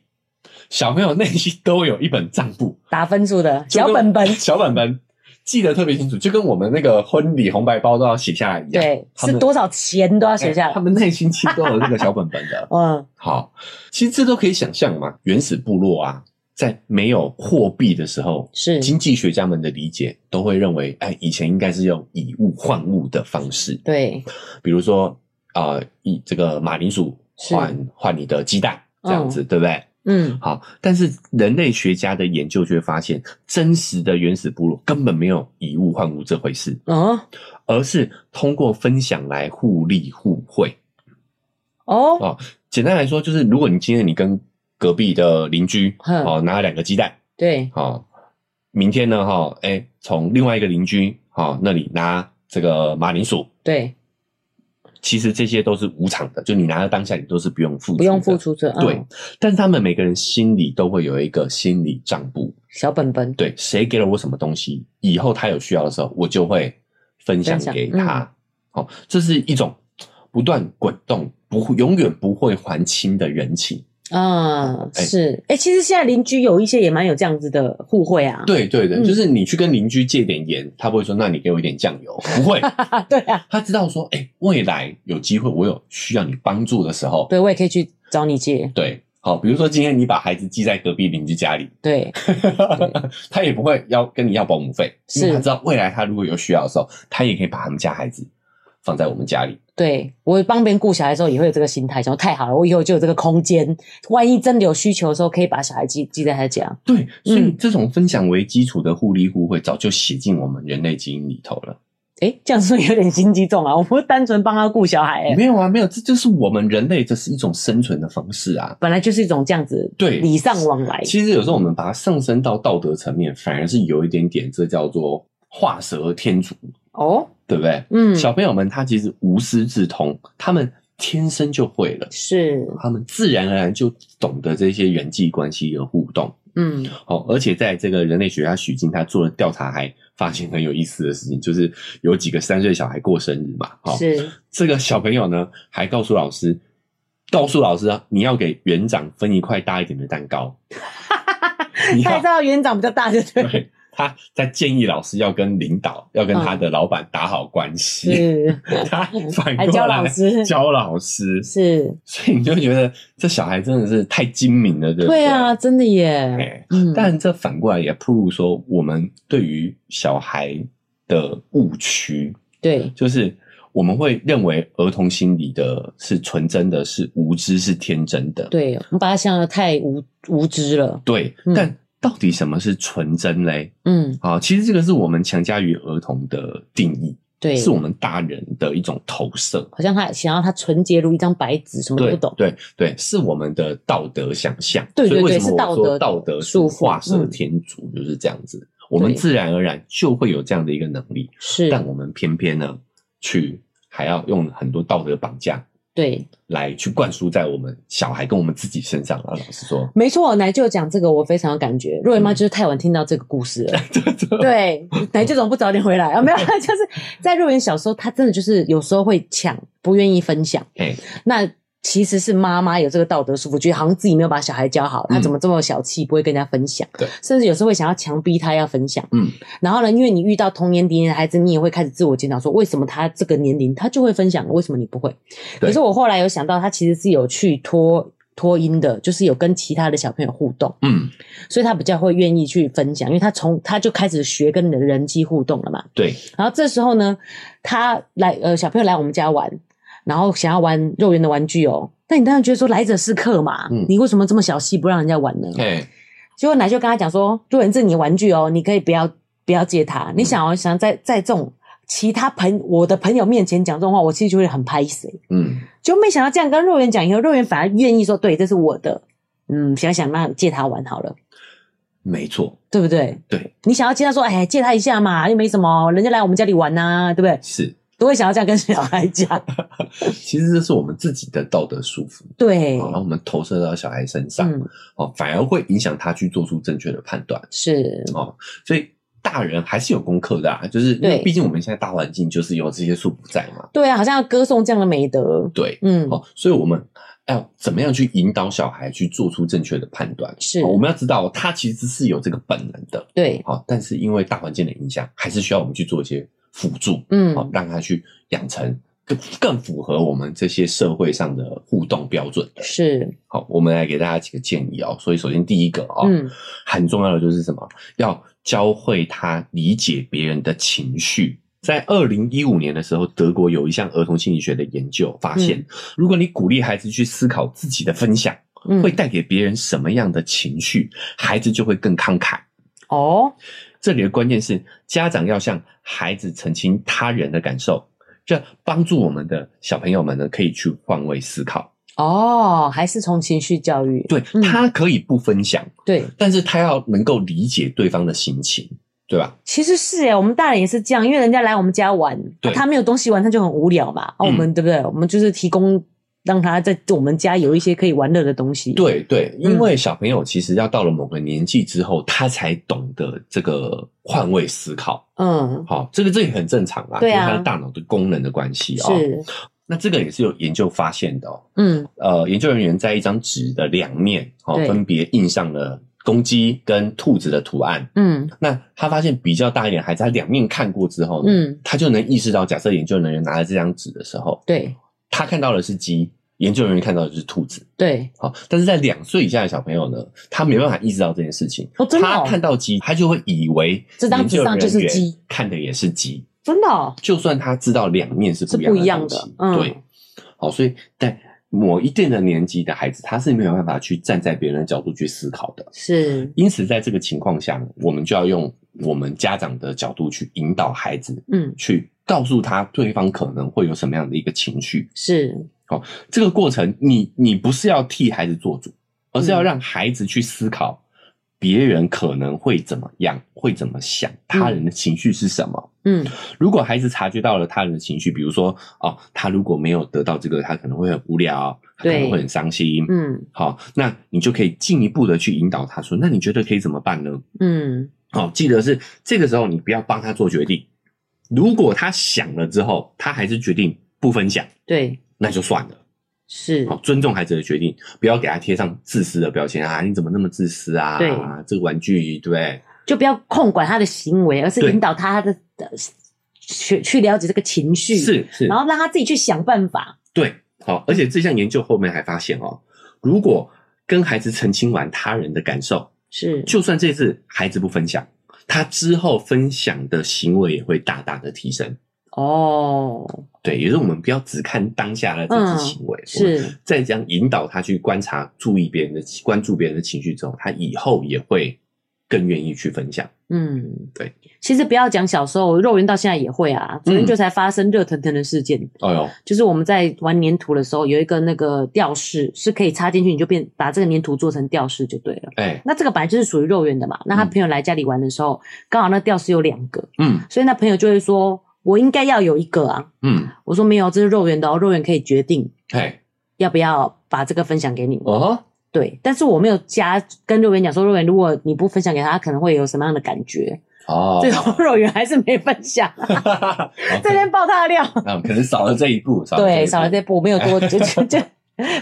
S2: 小朋友内心都有一本账簿，
S1: 打分数的
S2: 就
S1: 小
S2: 跟，
S1: 本本
S2: 小本本记得特别清楚，就跟我们那个婚礼红白包都要写下来一样，
S1: 对，
S2: 他们
S1: 是多少钱都要写下
S2: 哎他
S1: 来。。
S2: 们内心其实都有这个小本本的
S1: 嗯，
S2: 好，其实这都可以想象嘛，原始部落啊，在没有货币的时候。
S1: 是，
S2: 经济学家们的理解都会认为，哎，以前应该是用以物换物的方式，
S1: 对，
S2: 比如说啊、呃以这个马铃薯
S1: 是
S2: 换换你的鸡蛋这样子，对不对？
S1: 嗯，
S2: 好，但是人类学家的研究却发现，真实的原始部落根本没有以物换物这回事，
S1: 哦，
S2: 而是通过分享来互利互惠。
S1: 哦，
S2: 哦，简单来说，就是如果你今天你跟隔壁的邻居
S1: 哼
S2: 哦拿了两个鸡蛋，
S1: 对，
S2: 哦，明天呢哈，哎、从另外一个邻居哦那里拿这个马铃薯，
S1: 对，
S2: 其实这些都是无偿的，就你拿到当下你都是不用付出，
S1: 不用付。出这，嗯
S2: 对，，但是他们每个人心里都会有一个心理账簿，
S1: 小本本，
S2: 对，谁给了我什么东西，以后他有需要的时候，我就会分享
S1: 分享嗯
S2: 给他。哦，这是一种不断滚动、不会永远不会还清的人情。
S1: 嗯，
S2: 哎
S1: 是，哎，其实现在邻居有一些也蛮有这样子的互惠啊，
S2: 对对对，
S1: 嗯
S2: 就是你去跟邻居借点盐，他不会说那你给我一点酱油，不 会，
S1: 对啊，
S2: 他知道说，哎、未来有机会我有需要你帮助的时候，
S1: 对我也可以去找你借，
S2: 对。好，比如说今天你把孩子寄在隔壁邻居家里，
S1: 对，
S2: 他也不会要跟你要保姆费，因为
S1: 是
S2: 他知道未来他如果有需要的时候，他也可以把他们家孩子放在我们家里。
S1: 对我帮别人顾小孩的时候也会有这个心态，想说太好了，我以后就有这个空间，万一真的有需求的时候，可以把小孩寄寄在他家，
S2: 对，所以
S1: 嗯
S2: 这种分享为基础的互利互惠，早就写进我们人类基因里头了。
S1: 哎，这样说有点心机重啊，我不是单纯帮他顾小孩，哎，
S2: 没有啊，没有，这就是我们人类，这是一种生存的方式啊。
S1: 本来就是一种这样子
S2: 对
S1: 礼尚往来，
S2: 其实有时候我们把它上升到道德层面，反而是有一点点，这叫做画蛇添足，
S1: 哦，
S2: 对不对？
S1: 嗯，
S2: 小朋友们他其实无师自通，他们天生就会了，
S1: 是，
S2: 他们自然而然就懂得这些人际关系和互动。
S1: 嗯，
S2: 哦，而且在这个人类学家许静他做了调查，还发现很有意思的事情，就是有几个三岁小孩过生日嘛，哦，
S1: 是，
S2: 这个小朋友呢还告诉老师，告诉老师啊，你要给园长分一块大一点的蛋 糕，你
S1: 他也
S2: 要
S1: 知道园长比较大，就 对了。
S2: 对。他在建议老师要跟领导、要跟他的老板打好关系，
S1: 嗯是嗯
S2: 他反
S1: 还
S2: 过
S1: 教
S2: 来
S1: 老师
S2: 教老师，
S1: 是，
S2: 所以你就觉得这小孩真的是太精明了，对不
S1: 对啊，真的耶。
S2: 哎
S1: 嗯，
S2: 但这反过来也铺露说，我们对于小孩的误区，
S1: 对
S2: 就是我们会认为儿童心理的是纯真的，是无知，是天真的。
S1: 对，我们把它想的太无无知了。
S2: 对，
S1: 嗯
S2: 但到底什么是纯真嘞？
S1: 嗯，
S2: 啊，其实这个是我们强加于儿童的定义，
S1: 对，
S2: 是我们大人的一种投射。
S1: 好像他想要他纯洁如一张白纸，什么都
S2: 对
S1: 不懂。
S2: 对对，是我们的道德想象。
S1: 对对
S2: 所以为
S1: 对
S2: 什么
S1: 是
S2: 我
S1: 道
S2: 说
S1: 德
S2: 道德
S1: 束
S2: 束
S1: 缚
S2: 画蛇
S1: 嗯
S2: 添足就是这样子？我们
S1: 对
S2: 自然而然就会有这样的一个能力，
S1: 是，
S2: 但我们偏偏呢，去还要用很多道德绑架
S1: 对，
S2: 来去灌输在我们小孩跟我们自己身上啊。老实说，
S1: 没错。奶舅讲这个，我非常有感觉。若云妈就是太晚听到这个故事了。嗯 对，奶舅怎么不早点回来啊？没有啦，就是在若云小时候，她真的就是有时候会抢，不愿意分享。
S2: 哎，
S1: 那其实是妈妈有这个道德束缚，觉得好像自己没有把小孩教好，他怎么这么小气，不会跟人家分享，
S2: 嗯对
S1: 甚至有时候会想要强逼他要分享。
S2: 嗯，
S1: 然后呢，因为你遇到童年敌人的孩子，你也会开始自我检讨，说为什么他这个年龄他就会分享了，为什么你不会？
S2: 对
S1: 可是我后来有想到，他其实是有去托托音的，就是有跟其他的小朋友互动，
S2: 嗯，
S1: 所以他比较会愿意去分享，因为他从他就开始学跟人的人际互动了嘛。
S2: 对，
S1: 然后这时候呢，他来呃小朋友来我们家玩，然后想要玩肉圆的玩具哦。那你当然觉得说来者是客嘛，
S2: 嗯
S1: 你为什么这么小气不让人家玩呢？
S2: 哎，
S1: 结果奶就跟他讲说，肉圆这是你的玩具哦，你可以不要不要借他。
S2: 嗯
S1: 你想要哦想在在这种其他朋我的朋友面前讲这种话，我其实就会很拍谁。
S2: 嗯，
S1: 就没想到这样跟肉圆讲以后，肉圆反而愿意说，对，这是我的。嗯，想想那借他玩好了，
S2: 没错，
S1: 对不对？
S2: 对，
S1: 你想要借他说，哎，借他一下嘛，又没什么，人家来我们家里玩呐、对不对？
S2: 是，
S1: 都会想要这样跟小孩 讲。
S2: 其实这是我们自己的道德束缚，
S1: 对，
S2: 好然后我们投射到小孩身上，
S1: 嗯，
S2: 哦，反而会影响他去做出正确的判断，
S1: 是，
S2: 哦，所以。大人还是有功课的、啊，就是因为
S1: 对
S2: 毕竟我们现在大环境就是有这些束缚在嘛，
S1: 对啊，好像要歌颂这样的美德。
S2: 对，
S1: 嗯，
S2: 哦，所以我们要怎么样去引导小孩去做出正确的判断？
S1: 是
S2: 哦我们要知道他其实是有这个本能的，
S1: 对，
S2: 好、但是因为大环境的影响，还是需要我们去做一些辅助，
S1: 嗯
S2: 好、让他去养成更更符合我们这些社会上的互动标准的。
S1: 是，
S2: 好、我们来给大家几个建议哦。所以首先第一个哦，
S1: 嗯，
S2: 很重要的就是什么？要教会他理解别人的情绪。在二零一五年的时候，德国有一项儿童心理学的研究发现，
S1: 嗯
S2: 如果你鼓励孩子去思考自己的分享
S1: 嗯
S2: 会带给别人什么样的情绪，孩子就会更慷慨。
S1: 哦，
S2: 这里的关键是，家长要向孩子澄清他人的感受，这帮助我们的小朋友们呢，可以去换位思考。
S1: 哦，还是从情绪教育。
S2: 对
S1: 嗯
S2: 他可以不分享，
S1: 对，
S2: 但是他要能够理解对方的心情，对吧？
S1: 其实是哎，我们大人也是这样，因为人家来我们家玩，
S2: 对
S1: 啊他没有东西玩，他就很无聊嘛。啊，
S2: 嗯
S1: 我们对不对？我们就是提供让他在我们家有一些可以玩乐的东西。，
S2: 对对，
S1: 嗯
S2: 因为小朋友其实要到了某个年纪之后，他才懂得这个换位思考。
S1: 嗯，
S2: 好、这个这也很正常啦，
S1: 对啊
S2: 因为他的大脑的功能的关系哦。
S1: 是，
S2: 那这个也是有研究发现的哦。
S1: 嗯，
S2: 呃，研究人员在一张纸的两面，哦，
S1: 对
S2: 分别印上了公鸡跟兔子的图案。
S1: 嗯，
S2: 那他发现比较大一点的孩子，他两面看过之后，
S1: 嗯
S2: 嗯，他就能意识到，假设研究人员拿了这张纸的时候，
S1: 对，
S2: 他看到的是鸡，研究人员看到的是兔子。
S1: 对，
S2: 好，但是在两岁以下的小朋友呢，他没办法意识到这件事情。
S1: 哦真的哦
S2: 他看到鸡，他就会以为
S1: 这张纸上就是鸡，
S2: 看的也是鸡。
S1: 真的哦，
S2: 就算他知道两面是
S1: 是不
S2: 一
S1: 一
S2: 样
S1: 样的
S2: 东西
S1: 嗯
S2: 对。好，所以在某一定的年纪的孩子，他是没有办法去站在别人的角度去思考的。
S1: 是，
S2: 因此，在这个情况下，我们就要用我们家长的角度去引导孩子，
S1: 嗯，
S2: 去告诉他对方可能会有什么样的一个情绪。
S1: 是，
S2: 这个过程你，你不是要替孩子做主，而是要
S1: 嗯
S2: 让孩子去思考别人可能会怎么样，会怎么想，他人的情绪是什么。
S1: 嗯，
S2: 如果孩子察觉到了他人的情绪，比如说哦，他如果没有得到这个，他可能会很无聊，他可
S1: 对
S2: 能会很伤心。
S1: 嗯，
S2: 好，那你就可以进一步的去引导他说，那你觉得可以怎么办呢？
S1: 嗯，
S2: 好、记得是这个时候你不要帮他做决定。如果他想了之后，他还是决定不分享，
S1: 对，
S2: 那就算了。
S1: 是
S2: 好，，哦尊重孩子的决定，不要给他贴上自私的标签啊！你怎么那么自私啊？
S1: 对
S2: 这个玩具，对不对？
S1: 就不要控管他的行为，而是
S2: 对
S1: 引导他的的去去了解这个情绪，，
S2: 是是，
S1: 然后让他自己去想办法。
S2: 对，好，而且这项研究后面还发现哦，如果跟孩子澄清完他人的感受，
S1: 是，
S2: 就算这次孩子不分享，他之后分享的行为也会大大的提升。
S1: 哦，
S2: 对，也就是我们不要只看当下的这次行为，我们
S1: 嗯是
S2: 再这样引导他去观察、注意别人的关注别人的情绪之后，他以后也会更愿意去分享。
S1: 嗯，
S2: 对。嗯
S1: 其实不要讲小时候，肉圆到现在也会啊。昨天就才发生热腾腾的事件，
S2: 哎呦，
S1: 就是我们在玩粘土的时候，有一个那个吊饰是可以插进去，你就变把这个粘土做成吊饰就对了。
S2: 哎，
S1: 那这个本来就是属于肉圆的嘛。那他
S2: 嗯
S1: 朋友来家里玩的时候，刚好那吊饰有两个，
S2: 嗯
S1: 所以那朋友就会说：“我应该要有一个啊。
S2: 嗯，”
S1: 我说：“没有，这是肉圆的哦，肉圆可以决定
S2: 哎，
S1: 要不要把这个分享给你。
S2: 哦，
S1: 对，但是我没有加跟肉圆讲说，肉圆如果你不分享给他，他可能会有什么样的感觉。
S2: 哦，
S1: 最后肉圆还是没分享， 这边爆他的料。
S2: 那可能少了这一步，少
S1: 对，
S2: 一步
S1: 少了这步，没有多就就就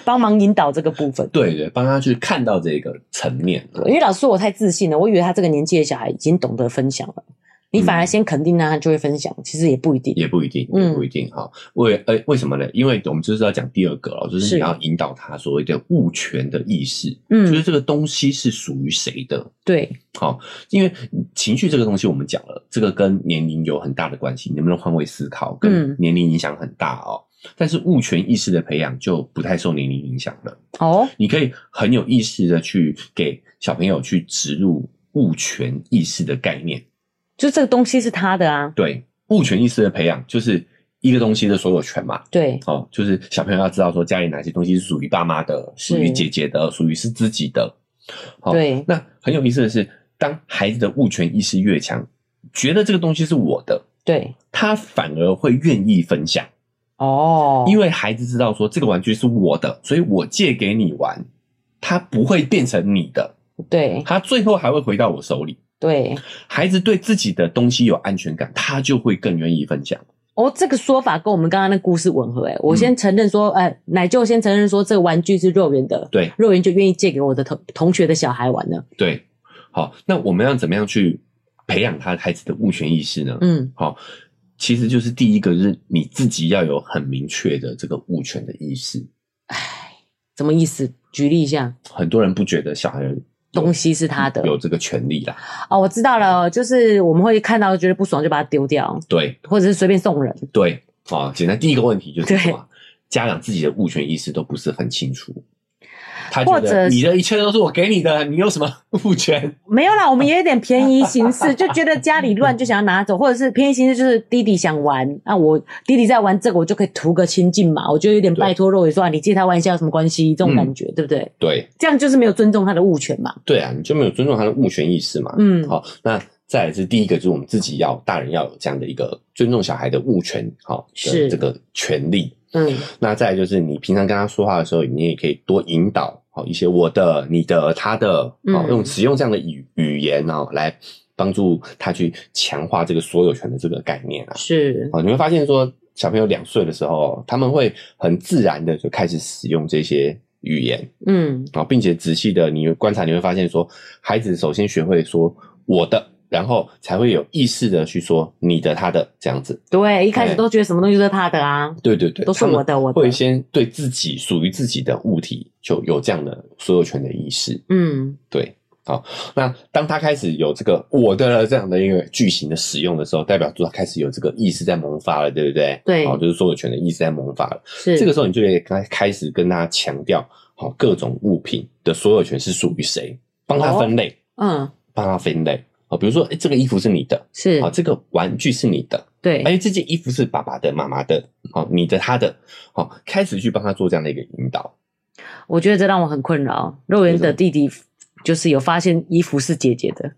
S1: 帮忙引导这个部分。
S2: 对对，帮他去看到这个层面啊。
S1: 因为老师我太自信了，我以为他这个年纪的小孩已经懂得分享了。你反而
S2: 嗯
S1: 先肯定他，他就会分享，其实也不一定。
S2: 也不一定，
S1: 嗯
S2: 也不一定哈、为呃，为什么呢？因为我们就是要讲第二个了，哦就是
S1: 是
S2: 你要引导他所谓的物权的意识，就是
S1: 嗯，
S2: 这个东西是属于谁的。
S1: 对，
S2: 好、因为情绪这个东西，我们讲了，这个跟年龄有很大的关系，能不能换位思考，跟
S1: 嗯
S2: 年龄影响很大哦。但是物权意识的培养就不太受年龄影响了。
S1: 哦，
S2: 你可以很有意识的去给小朋友去植入物权意识的概念。
S1: 就这个东西是他的啊，
S2: 对，物权意识的培养就是一个东西的所有权嘛。
S1: 对，
S2: 哦，就是小朋友要知道说家里哪些东西是属于爸妈的，
S1: 是
S2: 属于姐姐的，属于是自己的。好
S1: 对
S2: 那很有意思的是，当孩子的物权意识越强，觉得这个东西是我的，
S1: 对，
S2: 他反而会愿意分享，
S1: 哦，
S2: 因
S1: 为
S2: 为孩子知道说这个玩具是我的，所以我借给你玩，它不会变成你的，
S1: 对
S2: 它最后还会回到我手里。
S1: 对，
S2: 孩子对自己的东西有安全感，他就会更愿意分享。
S1: 哦，这个说法跟我们刚刚那故事吻合诶、我
S2: 嗯
S1: 先承认说，哎、奶舅先承认说这个玩具是肉圆的，
S2: 对
S1: 肉圆就愿意借给我的同同学的小孩玩了。
S2: 对，好，那我们要怎么样去培养他孩子的物权意识呢？
S1: 嗯，
S2: 好，其实就是第一个是你自己要有很明确的这个物权的意识。
S1: 什么意思？举例一下，
S2: 很多人不觉得小孩有
S1: 东西是他的
S2: 有这个权利啦，
S1: 哦，我知道了，就是我们会看到觉得不爽就把它丢掉，
S2: 对
S1: 或者是随便送人。
S2: 对，啊，简单第一个问题就是
S1: 对
S2: 什么？家长自己的物权意识都不是很清楚，他
S1: 或
S2: 觉
S1: 者
S2: 得你的一切都是我给你的，你有什么物权？
S1: 没有啦，我们也有点便宜行事，就觉得家里乱就想要拿走，或者是便宜行事就是弟弟想玩，啊，我弟弟在玩这个，我就可以图个清净嘛，我就有点拜托肉爷说、啊、你借他玩一下有什么关系，这种感觉、对不对？
S2: 对
S1: 这样就是没有尊重他的物权嘛。
S2: 对啊，你就没有尊重他的物权意识嘛。
S1: 嗯，
S2: 好，那再来是第一个，就是我们自己要大人要有这样的一个尊重小孩的物权，好，
S1: 是
S2: 的这个权利。
S1: 嗯，
S2: 那再来就是你平常跟他说话的时候，你也可以多引导好一些我的、你的、他的，好
S1: 嗯
S2: 用使用这样的语语言哦，来帮助他去强化这个所有权的这个概念啊。
S1: 是，
S2: 好，你会发现说，小朋友两岁的时候，哦他们会很自然的就开始使用这些语言
S1: 嗯，
S2: 啊，并且仔细的你观察，你会发现说，孩子首先学会说我的，然后才会有意识的去说你的、他的这样子。
S1: 对，一开始都觉得什么东西都是他的啊，
S2: 对对对，
S1: 都是
S2: 他们
S1: 我的我的
S2: 会先对自己属于自己的物体就有这样的所有权的意识。
S1: 嗯，
S2: 对，好，那当他开始有这个我的这样的一个句型的使用的时候，代表说他开始有这个意识在萌发了，对不对？
S1: 对
S2: 好，就是所有权的意识在萌发了。
S1: 是
S2: 这个时候你就可以开开始跟他强调，好，各种物品的所有权是属于谁，帮他分类，
S1: 嗯
S2: 帮他分类。好，比如说，哎，这个衣服是你的，
S1: 是
S2: 好，，这个玩具是你的，
S1: 对，
S2: 哎，这件衣服是爸爸的、妈妈的，好、你的、他的，好、开始去帮他做这样的一个引 导。
S1: 我觉得这让我很困扰。肉圆的弟弟就是有发现衣服是姐姐 的，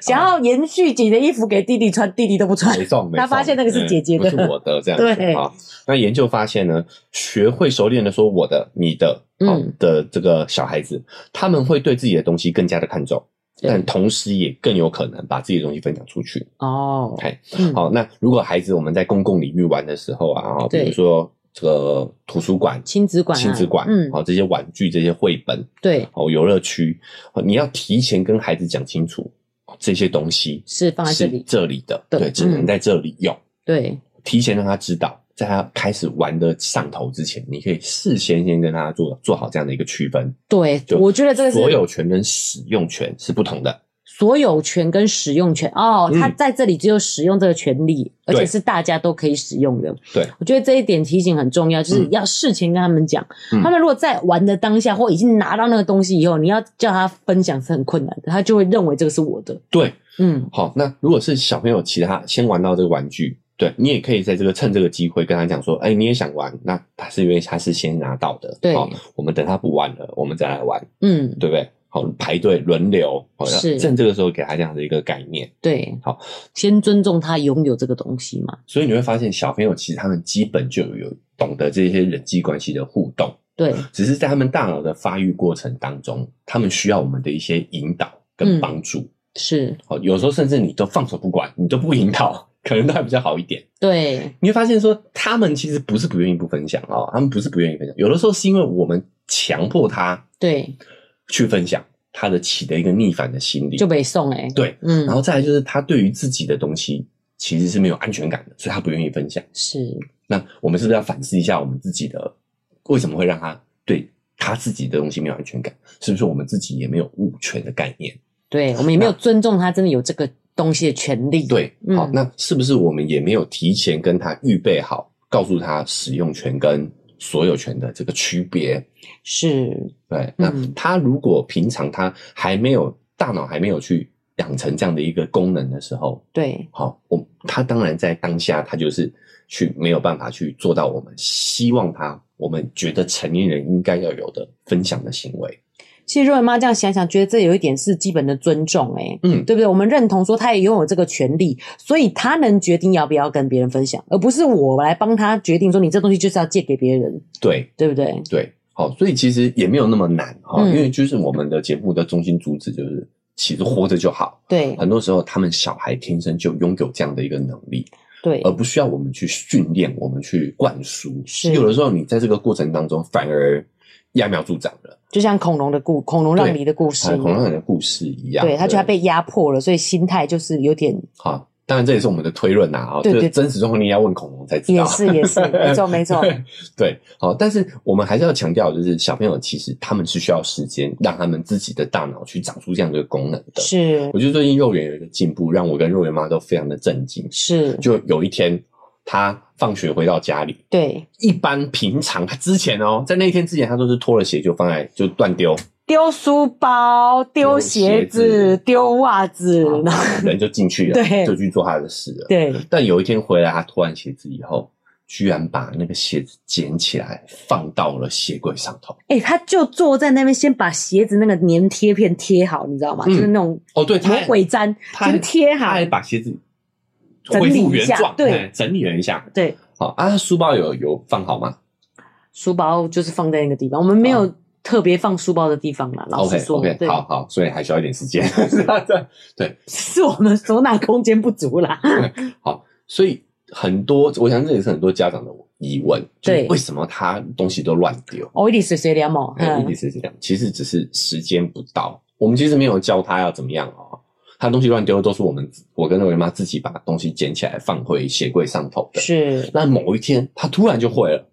S1: 想要延续姐姐衣服给弟弟穿，弟弟都不穿
S2: 没。错，没错。
S1: 他发现那个是姐姐的
S2: 嗯不是我的，这样子
S1: 对
S2: 啊、那研究发现呢，学会熟练的说我的、你的，好
S1: 嗯
S2: 的这个小孩子，他们会对自己的东西更加的看重，
S1: 对
S2: 但同时也更有可能把自己的东西分享出去。
S1: 哦，
S2: OK，
S1: 嗯
S2: 好、那如果孩子我们在公共领域玩的时候啊，哦比
S1: 对
S2: 如说这个图书馆、
S1: 亲子馆啊，
S2: 亲子馆，
S1: 嗯，
S2: 好、这些玩具、这些绘本，
S1: 对，
S2: 哦，游乐区，哦，你要提前跟孩子讲清楚这些东西
S1: 是放在这
S2: 是
S1: 里，
S2: 这里的，
S1: 对
S2: 对，只能
S1: 嗯
S2: 在这里用，
S1: 对，
S2: 提前让他知道，在他开始玩的上头之前，你可以事先先跟他做做好这样的一个区分，
S1: 对，
S2: 就
S1: 我觉得这个是
S2: 所有权跟使用权是不同的，
S1: 所有权跟使用权哦，
S2: 嗯
S1: 他在这里只有使用这个权利，而
S2: 对
S1: 且是大家都可以使用的。
S2: 对，
S1: 我觉得这一点提醒很重要，就是要事前跟他们讲。
S2: 嗯
S1: 他们如果在玩的当下或已经拿到那个东西以后，你要叫他分享是很困难的，他就会认为这个是我的。
S2: 对，
S1: 嗯，
S2: 好，那如果是小朋友其他先玩到这个玩具，对你也可以在这个趁这个机会跟他讲说，哎、你也想玩，那他是因为他是先拿到的，
S1: 对
S2: 好我们等他不玩了，我们再来玩，
S1: 嗯，
S2: 对不对？好，排队轮流，好，
S1: 是
S2: 趁这个时候给他这样的一个概念，
S1: 对，
S2: 好，
S1: 先尊重他拥有这个东西嘛，
S2: 所以你会发现小朋友其实他们基本就有懂得这些人际关系的互动，
S1: 对，
S2: 只是在他们大脑的发育过程当中，他们需要我们的一些引导跟
S1: 嗯
S2: 帮助。
S1: 是，
S2: 好，有时候甚至你都放手不管，你都不引导，可能都还比较好一点。
S1: 对，
S2: 你会发现说，他们其实不是不愿意不分享哦，他们不是不愿意分享，有的时候是因为我们强迫他
S1: 对，
S2: 去分享，他的起的一个逆反的心理
S1: 就。被送哎、
S2: 对，
S1: 嗯
S2: 然，后再来就是他对于自己的东西其实是没有安全感的，所以他不愿意分享。
S1: 是，
S2: 那我们是不是要反思一下我们自己的为什么会让他对他自己的东西没有安全感？是不是我们自己也没有物权的概念？
S1: 对，我们也没有尊重他真的有这个东西的权利。，
S2: 对，好，
S1: 嗯
S2: 那是不是我们也没有提前跟他预备好，告诉他使用权跟所有权的这个区别？
S1: 是，
S2: 对，那
S1: 嗯
S2: 他如果平常他还没有大脑还没有去养成这样的一个功能的时候，
S1: 对，
S2: 好，我他当然在当下他就是去没有办法去做到我们希望他我们觉得成年人应该要有的分享的行为。
S1: 其实若文妈这样想想，觉得这有一点是基本的尊重、欸，
S2: 嗯，
S1: 对不对？我们认同说他也拥有这个权利，所以他能决定要不要跟别人分享，而不是我来帮他决定说你这东西就是要借给别人，
S2: 对
S1: 对不对？
S2: 对，好，所以其实也没有那么难哈、
S1: 嗯
S2: 因为就是我们的节目的中心主旨就是。其实活着就好，
S1: 对
S2: 很多时候他们小孩天生就拥有这样的一个能力，
S1: 对
S2: 而，不需要我们去训练，我们去灌输。
S1: 是
S2: 有的时候你在这个过程当中反而揠苗助长了，
S1: 就像恐龙的故恐龙让梨的故事
S2: 像
S1: 一
S2: 恐
S1: 样。
S2: 龙人的故事一样。
S1: 对他觉得他被压迫了，所以心态就是有点，
S2: 好，当然这也是我们的推论呐啊，
S1: 对
S2: 这
S1: 对
S2: 个真实状况你也要问恐龙才知道。
S1: 也 是也是，没错没错，
S2: 对，好，但是我们还是要强调，就是小朋友其实他们是需要时间，让他们自己的大脑去长出这样的功能的。
S1: 是
S2: 我觉得最近肉圆有一个进步，让我跟肉圆妈都非常的震惊。
S1: 是，
S2: 就有一天，他放学回到家里，
S1: 对，
S2: 一般平常他之前哦，在那一天之前，他都是脱了鞋就放在就乱丢，
S1: 丢书包、丢
S2: 丢
S1: 鞋
S2: 鞋
S1: 子、
S2: 子
S1: 丢袜子，然后
S2: 人就进去了，
S1: 对
S2: 就去做他的事了。
S1: 对，
S2: 但有一天回来，他脱完鞋子以后，居然把那个鞋子捡起来放到了鞋柜上头。
S1: 哎、他就坐在那边，先把鞋子那个粘贴片贴好，你知道吗？
S2: 嗯
S1: 就是那种
S2: 哦，对，他
S1: 魔
S2: 还
S1: 鬼粘，
S2: 他还
S1: 先贴
S2: 他
S1: 好
S2: 还。把鞋子
S1: 整
S2: 恢
S1: 理
S2: 复
S1: 一
S2: 原
S1: 下
S2: 状，
S1: 对
S2: 哎，整理了一下。
S1: 对，
S2: 好啊，他书包有有放好吗
S1: 书包就是放在那个地方，我们没有特别放书包的地方啦。老
S2: ？OK
S1: 实说
S2: OK，
S1: 对，
S2: 啊好好，所以还需要一点时间。
S1: 是我们收纳空间不足啦。
S2: 所以很多，我想这也是很多家长的疑问，就是
S1: 对
S2: 为什么他东西都乱丢？
S1: 哦，一点水水凉毛，
S2: 哎，
S1: 嗯
S2: 一，直是这样，其实只是时间不到。我们其实没有教他要怎么样哦，他东西乱丢都是我们，我跟瑞妈自己把东西捡起来放回鞋柜上头的。
S1: 是
S2: 那某一天他突然就会了，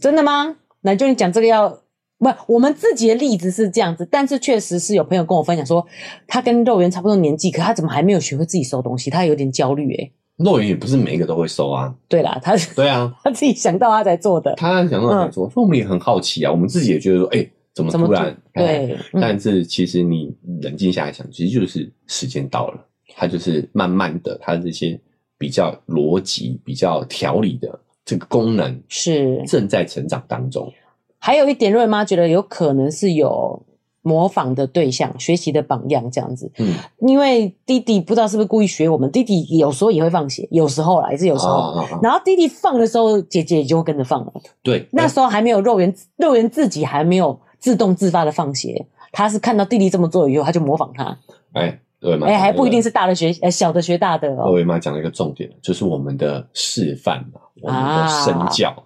S1: 真的吗？奶就你讲这个要。不，我们自己的例子是这样子，但是确实是有朋友跟我分享说，他跟肉圆差不多年纪，可他怎么还没有学会自己收东西？他有点焦虑诶、欸
S2: 肉圆也不是每一个都会收啊。
S1: 对啦，他是
S2: 对啊，
S1: 他自己想到他才做的，
S2: 他想到很多，所以我们也很好奇啊，我们自己也觉得说，哎、怎么
S1: 嗯怎么
S2: 突然？
S1: 突对
S2: 哎
S1: 嗯
S2: 但是其实你冷静下来想，其实就是时间到了，他就是慢慢的，他这些比较逻辑、比较条理的这个功能
S1: 是
S2: 正在成长当中。
S1: 还有一点，瑞妈觉得有可能是有模仿的对象、学习的榜样这样子。
S2: 嗯，
S1: 因为弟弟不知道是不是故意学我们，弟弟有时候也会放血，有时候啦，也是有时候。
S2: 啊啊啊
S1: 然后弟弟放的时候，姐姐也就会跟着放了。
S2: 对，
S1: 那
S2: 哎
S1: 时候还没有肉圆，肉圆自己还没有自动自发的放血，他是看到弟弟这么做以后，他就模仿他。
S2: 哎，对嘛？
S1: 哎、还不一定是大的学，呃，小的学大的
S2: 二
S1: 哦。
S2: 维妈讲了一个重点，就是我们的示范嘛，我们的
S1: 啊
S2: 身教。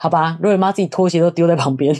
S1: 好吧，肉圆妈自己拖鞋都丢在旁 边。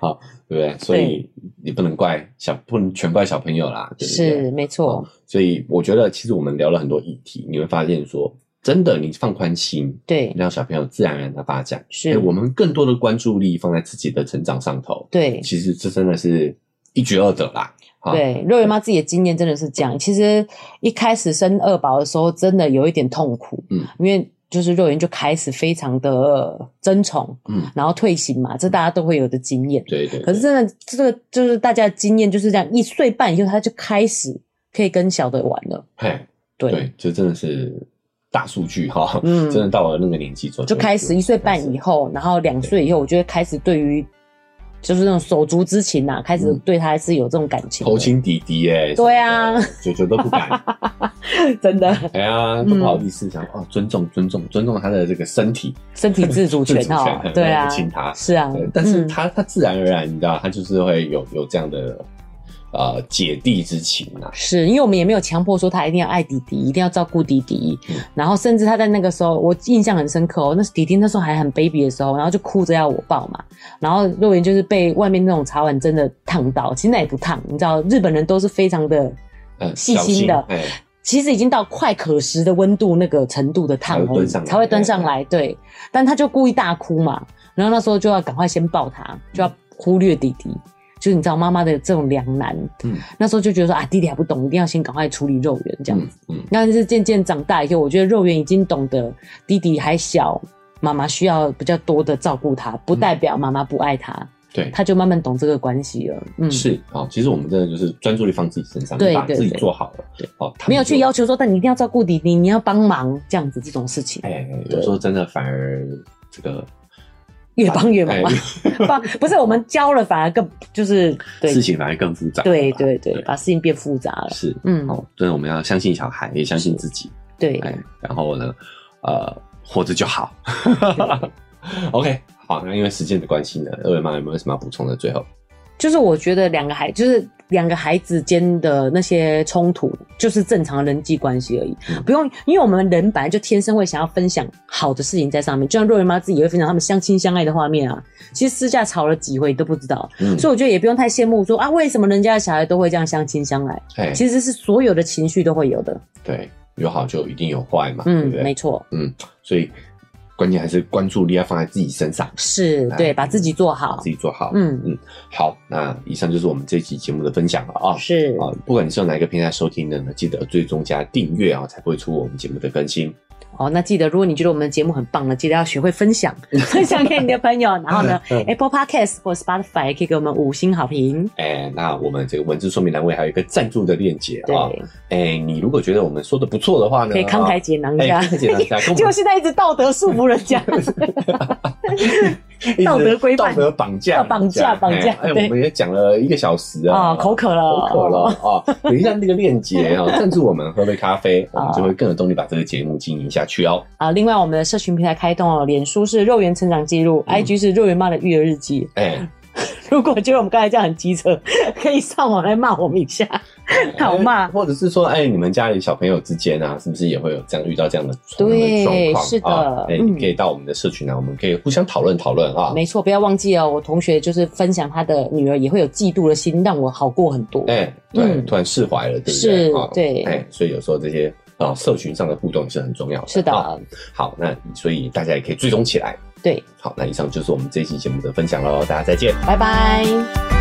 S2: 好，对不对？所以你不能怪小，不能全怪小朋友啦，对不哦对？
S1: 是，没错，
S2: 所以我觉得，其实我们聊了很多议题，你会发现说，真的，你放宽心，
S1: 对，
S2: 让小朋友自然而然的发展。
S1: 是
S2: 哎我们更多的关注力放在自己的成长上头，
S1: 对，
S2: 其实这真的是一举二得啦。啊，
S1: 对，肉圆妈自己的经验真的是这
S2: 嗯
S1: 样。其实一开始生二宝的时候，真的有一点痛苦，
S2: 嗯，
S1: 因为就是肉圆就开始非常的争宠，
S2: 嗯，
S1: 然后退行嘛，这大家都会有的经验。
S2: 对对对
S1: 可是真的，这个就是大家的经验就是这样，一岁半以后他就开始可以跟小的玩了，
S2: 嘿，
S1: 对，
S2: 对，这真的是大数据哈，
S1: 嗯
S2: 真的到了那个年纪之后
S1: 就开始一岁半以后，然后两岁以后，我就会开始对于就是那种手足之情呐、啊，开始
S2: 嗯
S1: 对他是有这种感情的，
S2: 头亲弟弟哎，
S1: 对啊
S2: 什么的，久久都不敢，
S1: 真的
S2: 哎呀，都不
S1: 嗯
S2: 好意思，想哦，尊重尊重尊重他的这个身体，
S1: 身体自主权
S2: 自主
S1: 哦
S2: 权，
S1: 对啊
S2: 哎不，亲他，
S1: 是啊
S2: 对，但是
S1: 嗯
S2: 他、他自然而然，你知道，他就是会有有这样的呃姐弟之情啊。
S1: 是因为我们也没有强迫说他一定要爱弟弟，一定要照顾弟弟。
S2: 嗯
S1: 然后甚至他在那个时候，我印象很深刻哦，那是弟弟那时候还很 baby 的时候，然后就哭着要我抱嘛。然后肉圆就是被外面那种茶碗蒸的烫到，其实那也不烫，你知道日本人都是非常的
S2: 嗯，
S1: 细
S2: 小
S1: 心的
S2: 哎，
S1: 其实已经到快可食的温度那个程度的烫
S2: 才会
S1: 而已
S2: 端上来
S1: 才会端上来。对，但他就故意大哭嘛，然后那时候就要赶快先抱他，就要忽略弟弟。就是你知道妈妈的这种两难，
S2: 嗯
S1: 那时候就觉得说啊，弟弟还不懂，一定要先赶快处理肉圆这样
S2: 嗯
S1: 子。
S2: 嗯，
S1: 但是渐渐长大以后，我觉得肉圆已经懂得弟弟还小，妈妈需要比较多的照顾他，不代表妈妈不爱他，
S2: 对，
S1: 他就慢慢懂这个关系了。嗯，
S2: 嗯是啊、哦。其实我们真的就是专注力放自己身上，
S1: 对
S2: 你把
S1: 对
S2: 自己
S1: 对
S2: 做好了，哦，他们
S1: 没有去
S2: 就
S1: 要求说，但你一定要照顾弟弟，你要帮忙这样子这种事情。
S2: 哎，有时候真的反而这个
S1: 越帮越忙
S2: 哎
S1: 嘛，帮 不是我们教了，反而更就是对
S2: 事情反而更复杂了吧，
S1: 对对对，把事情变复杂了。
S2: 是，
S1: 嗯
S2: 哦，真的我们要相信小孩，也相信自己，
S1: 对，
S2: 哎，然后呢，呃，活着就好。OK，好，那因为时间的关系呢，二位妈有没有什么要补充的？最后，
S1: 就是我觉得两个孩就是两个孩子间的那些冲突，就是正常人际关系而已，
S2: 嗯
S1: 不用，因为我们人本来就天生会想要分享好的事情在上面，就像若云妈自己也会分享他们相亲相爱的画面啊，其实私下吵了几回你都不知道，
S2: 嗯，
S1: 所以我觉得也不用太羡慕说啊，为什么人家的小孩都会这样相亲相爱，
S2: 哎，
S1: 其实是所有的情绪都会有的，
S2: 对，有好就一定有坏嘛，对
S1: 嗯
S2: 不，对
S1: 没？错。
S2: 所以关键还是关注力要放在自己身上，
S1: 是
S2: 哎
S1: 对，把自己做好
S2: 自，己做好。
S1: 嗯
S2: 嗯，好，那以上就是我们这期节目的分享了啊。
S1: 是
S2: 啊，不管你是用哪一个平台收听的呢，记得追踪加订阅啊，才不会出我们节目的更新。
S1: 哦。那记得，如果你觉得我们的节目很棒呢，记得要学会分 享，分享给你的朋友。然后呢
S2: 嗯
S1: ，Apple Podcast 或 Spotify 也可以给我们五星好评。
S2: 哎，那我们这个文字说明栏位还有一个赞助的链接
S1: 对，
S2: 啊。哎，你如果觉得我们说的不错的话呢，
S1: 可以慷
S2: 啊
S1: 慨解囊一
S2: 哎，
S1: 下。
S2: 看起 来跟我
S1: 就
S2: 们
S1: 现在一直道德束缚人 家，
S2: 一直
S1: 道德规范
S2: 道德绑架、
S1: 啊绑架绑架
S2: 哎，哎
S1: 对
S2: 我们也讲了一个小时啊，
S1: 啊，口渴哦了，
S2: 口渴了，啊！等一下那个链接 啊，赞助我们喝杯咖啡，我们就
S1: 哦
S2: 会更有动力把这个节目经营下去哦。
S1: 啊。另外，我们的社群平台开通哦，脸书是肉圆成长记录
S2: 嗯
S1: ，IG 是肉圆妈的育儿日记。
S2: 哎，
S1: 如果觉得我们刚才这样很机车， 可以上网来骂我们一下。好嘛
S2: 哎或者是说，哎，你们家里小朋友之间啊，是不是也会有这样遇到这样的同样的
S1: 对
S2: 状况？
S1: 是的
S2: 啊哎，
S1: 嗯
S2: 你可以到我们的社群啊，我们可以互相讨论讨论啊。
S1: 没错，不要忘记哦，我同学就是分享他的女儿也会有嫉妒的心，让我好过很多。
S2: 哎，对，
S1: 嗯
S2: 突然释怀了，对不对？
S1: 是
S2: 啊，
S1: 对
S2: 哎，所以有时候这些啊，社群上的互动也是很重要的。
S1: 是的，
S2: 啊好，那所以大家也可以追踪起来。
S1: 对，
S2: 好，那以上就是我们这一期节目的分享喽，大家再见。
S1: 拜拜。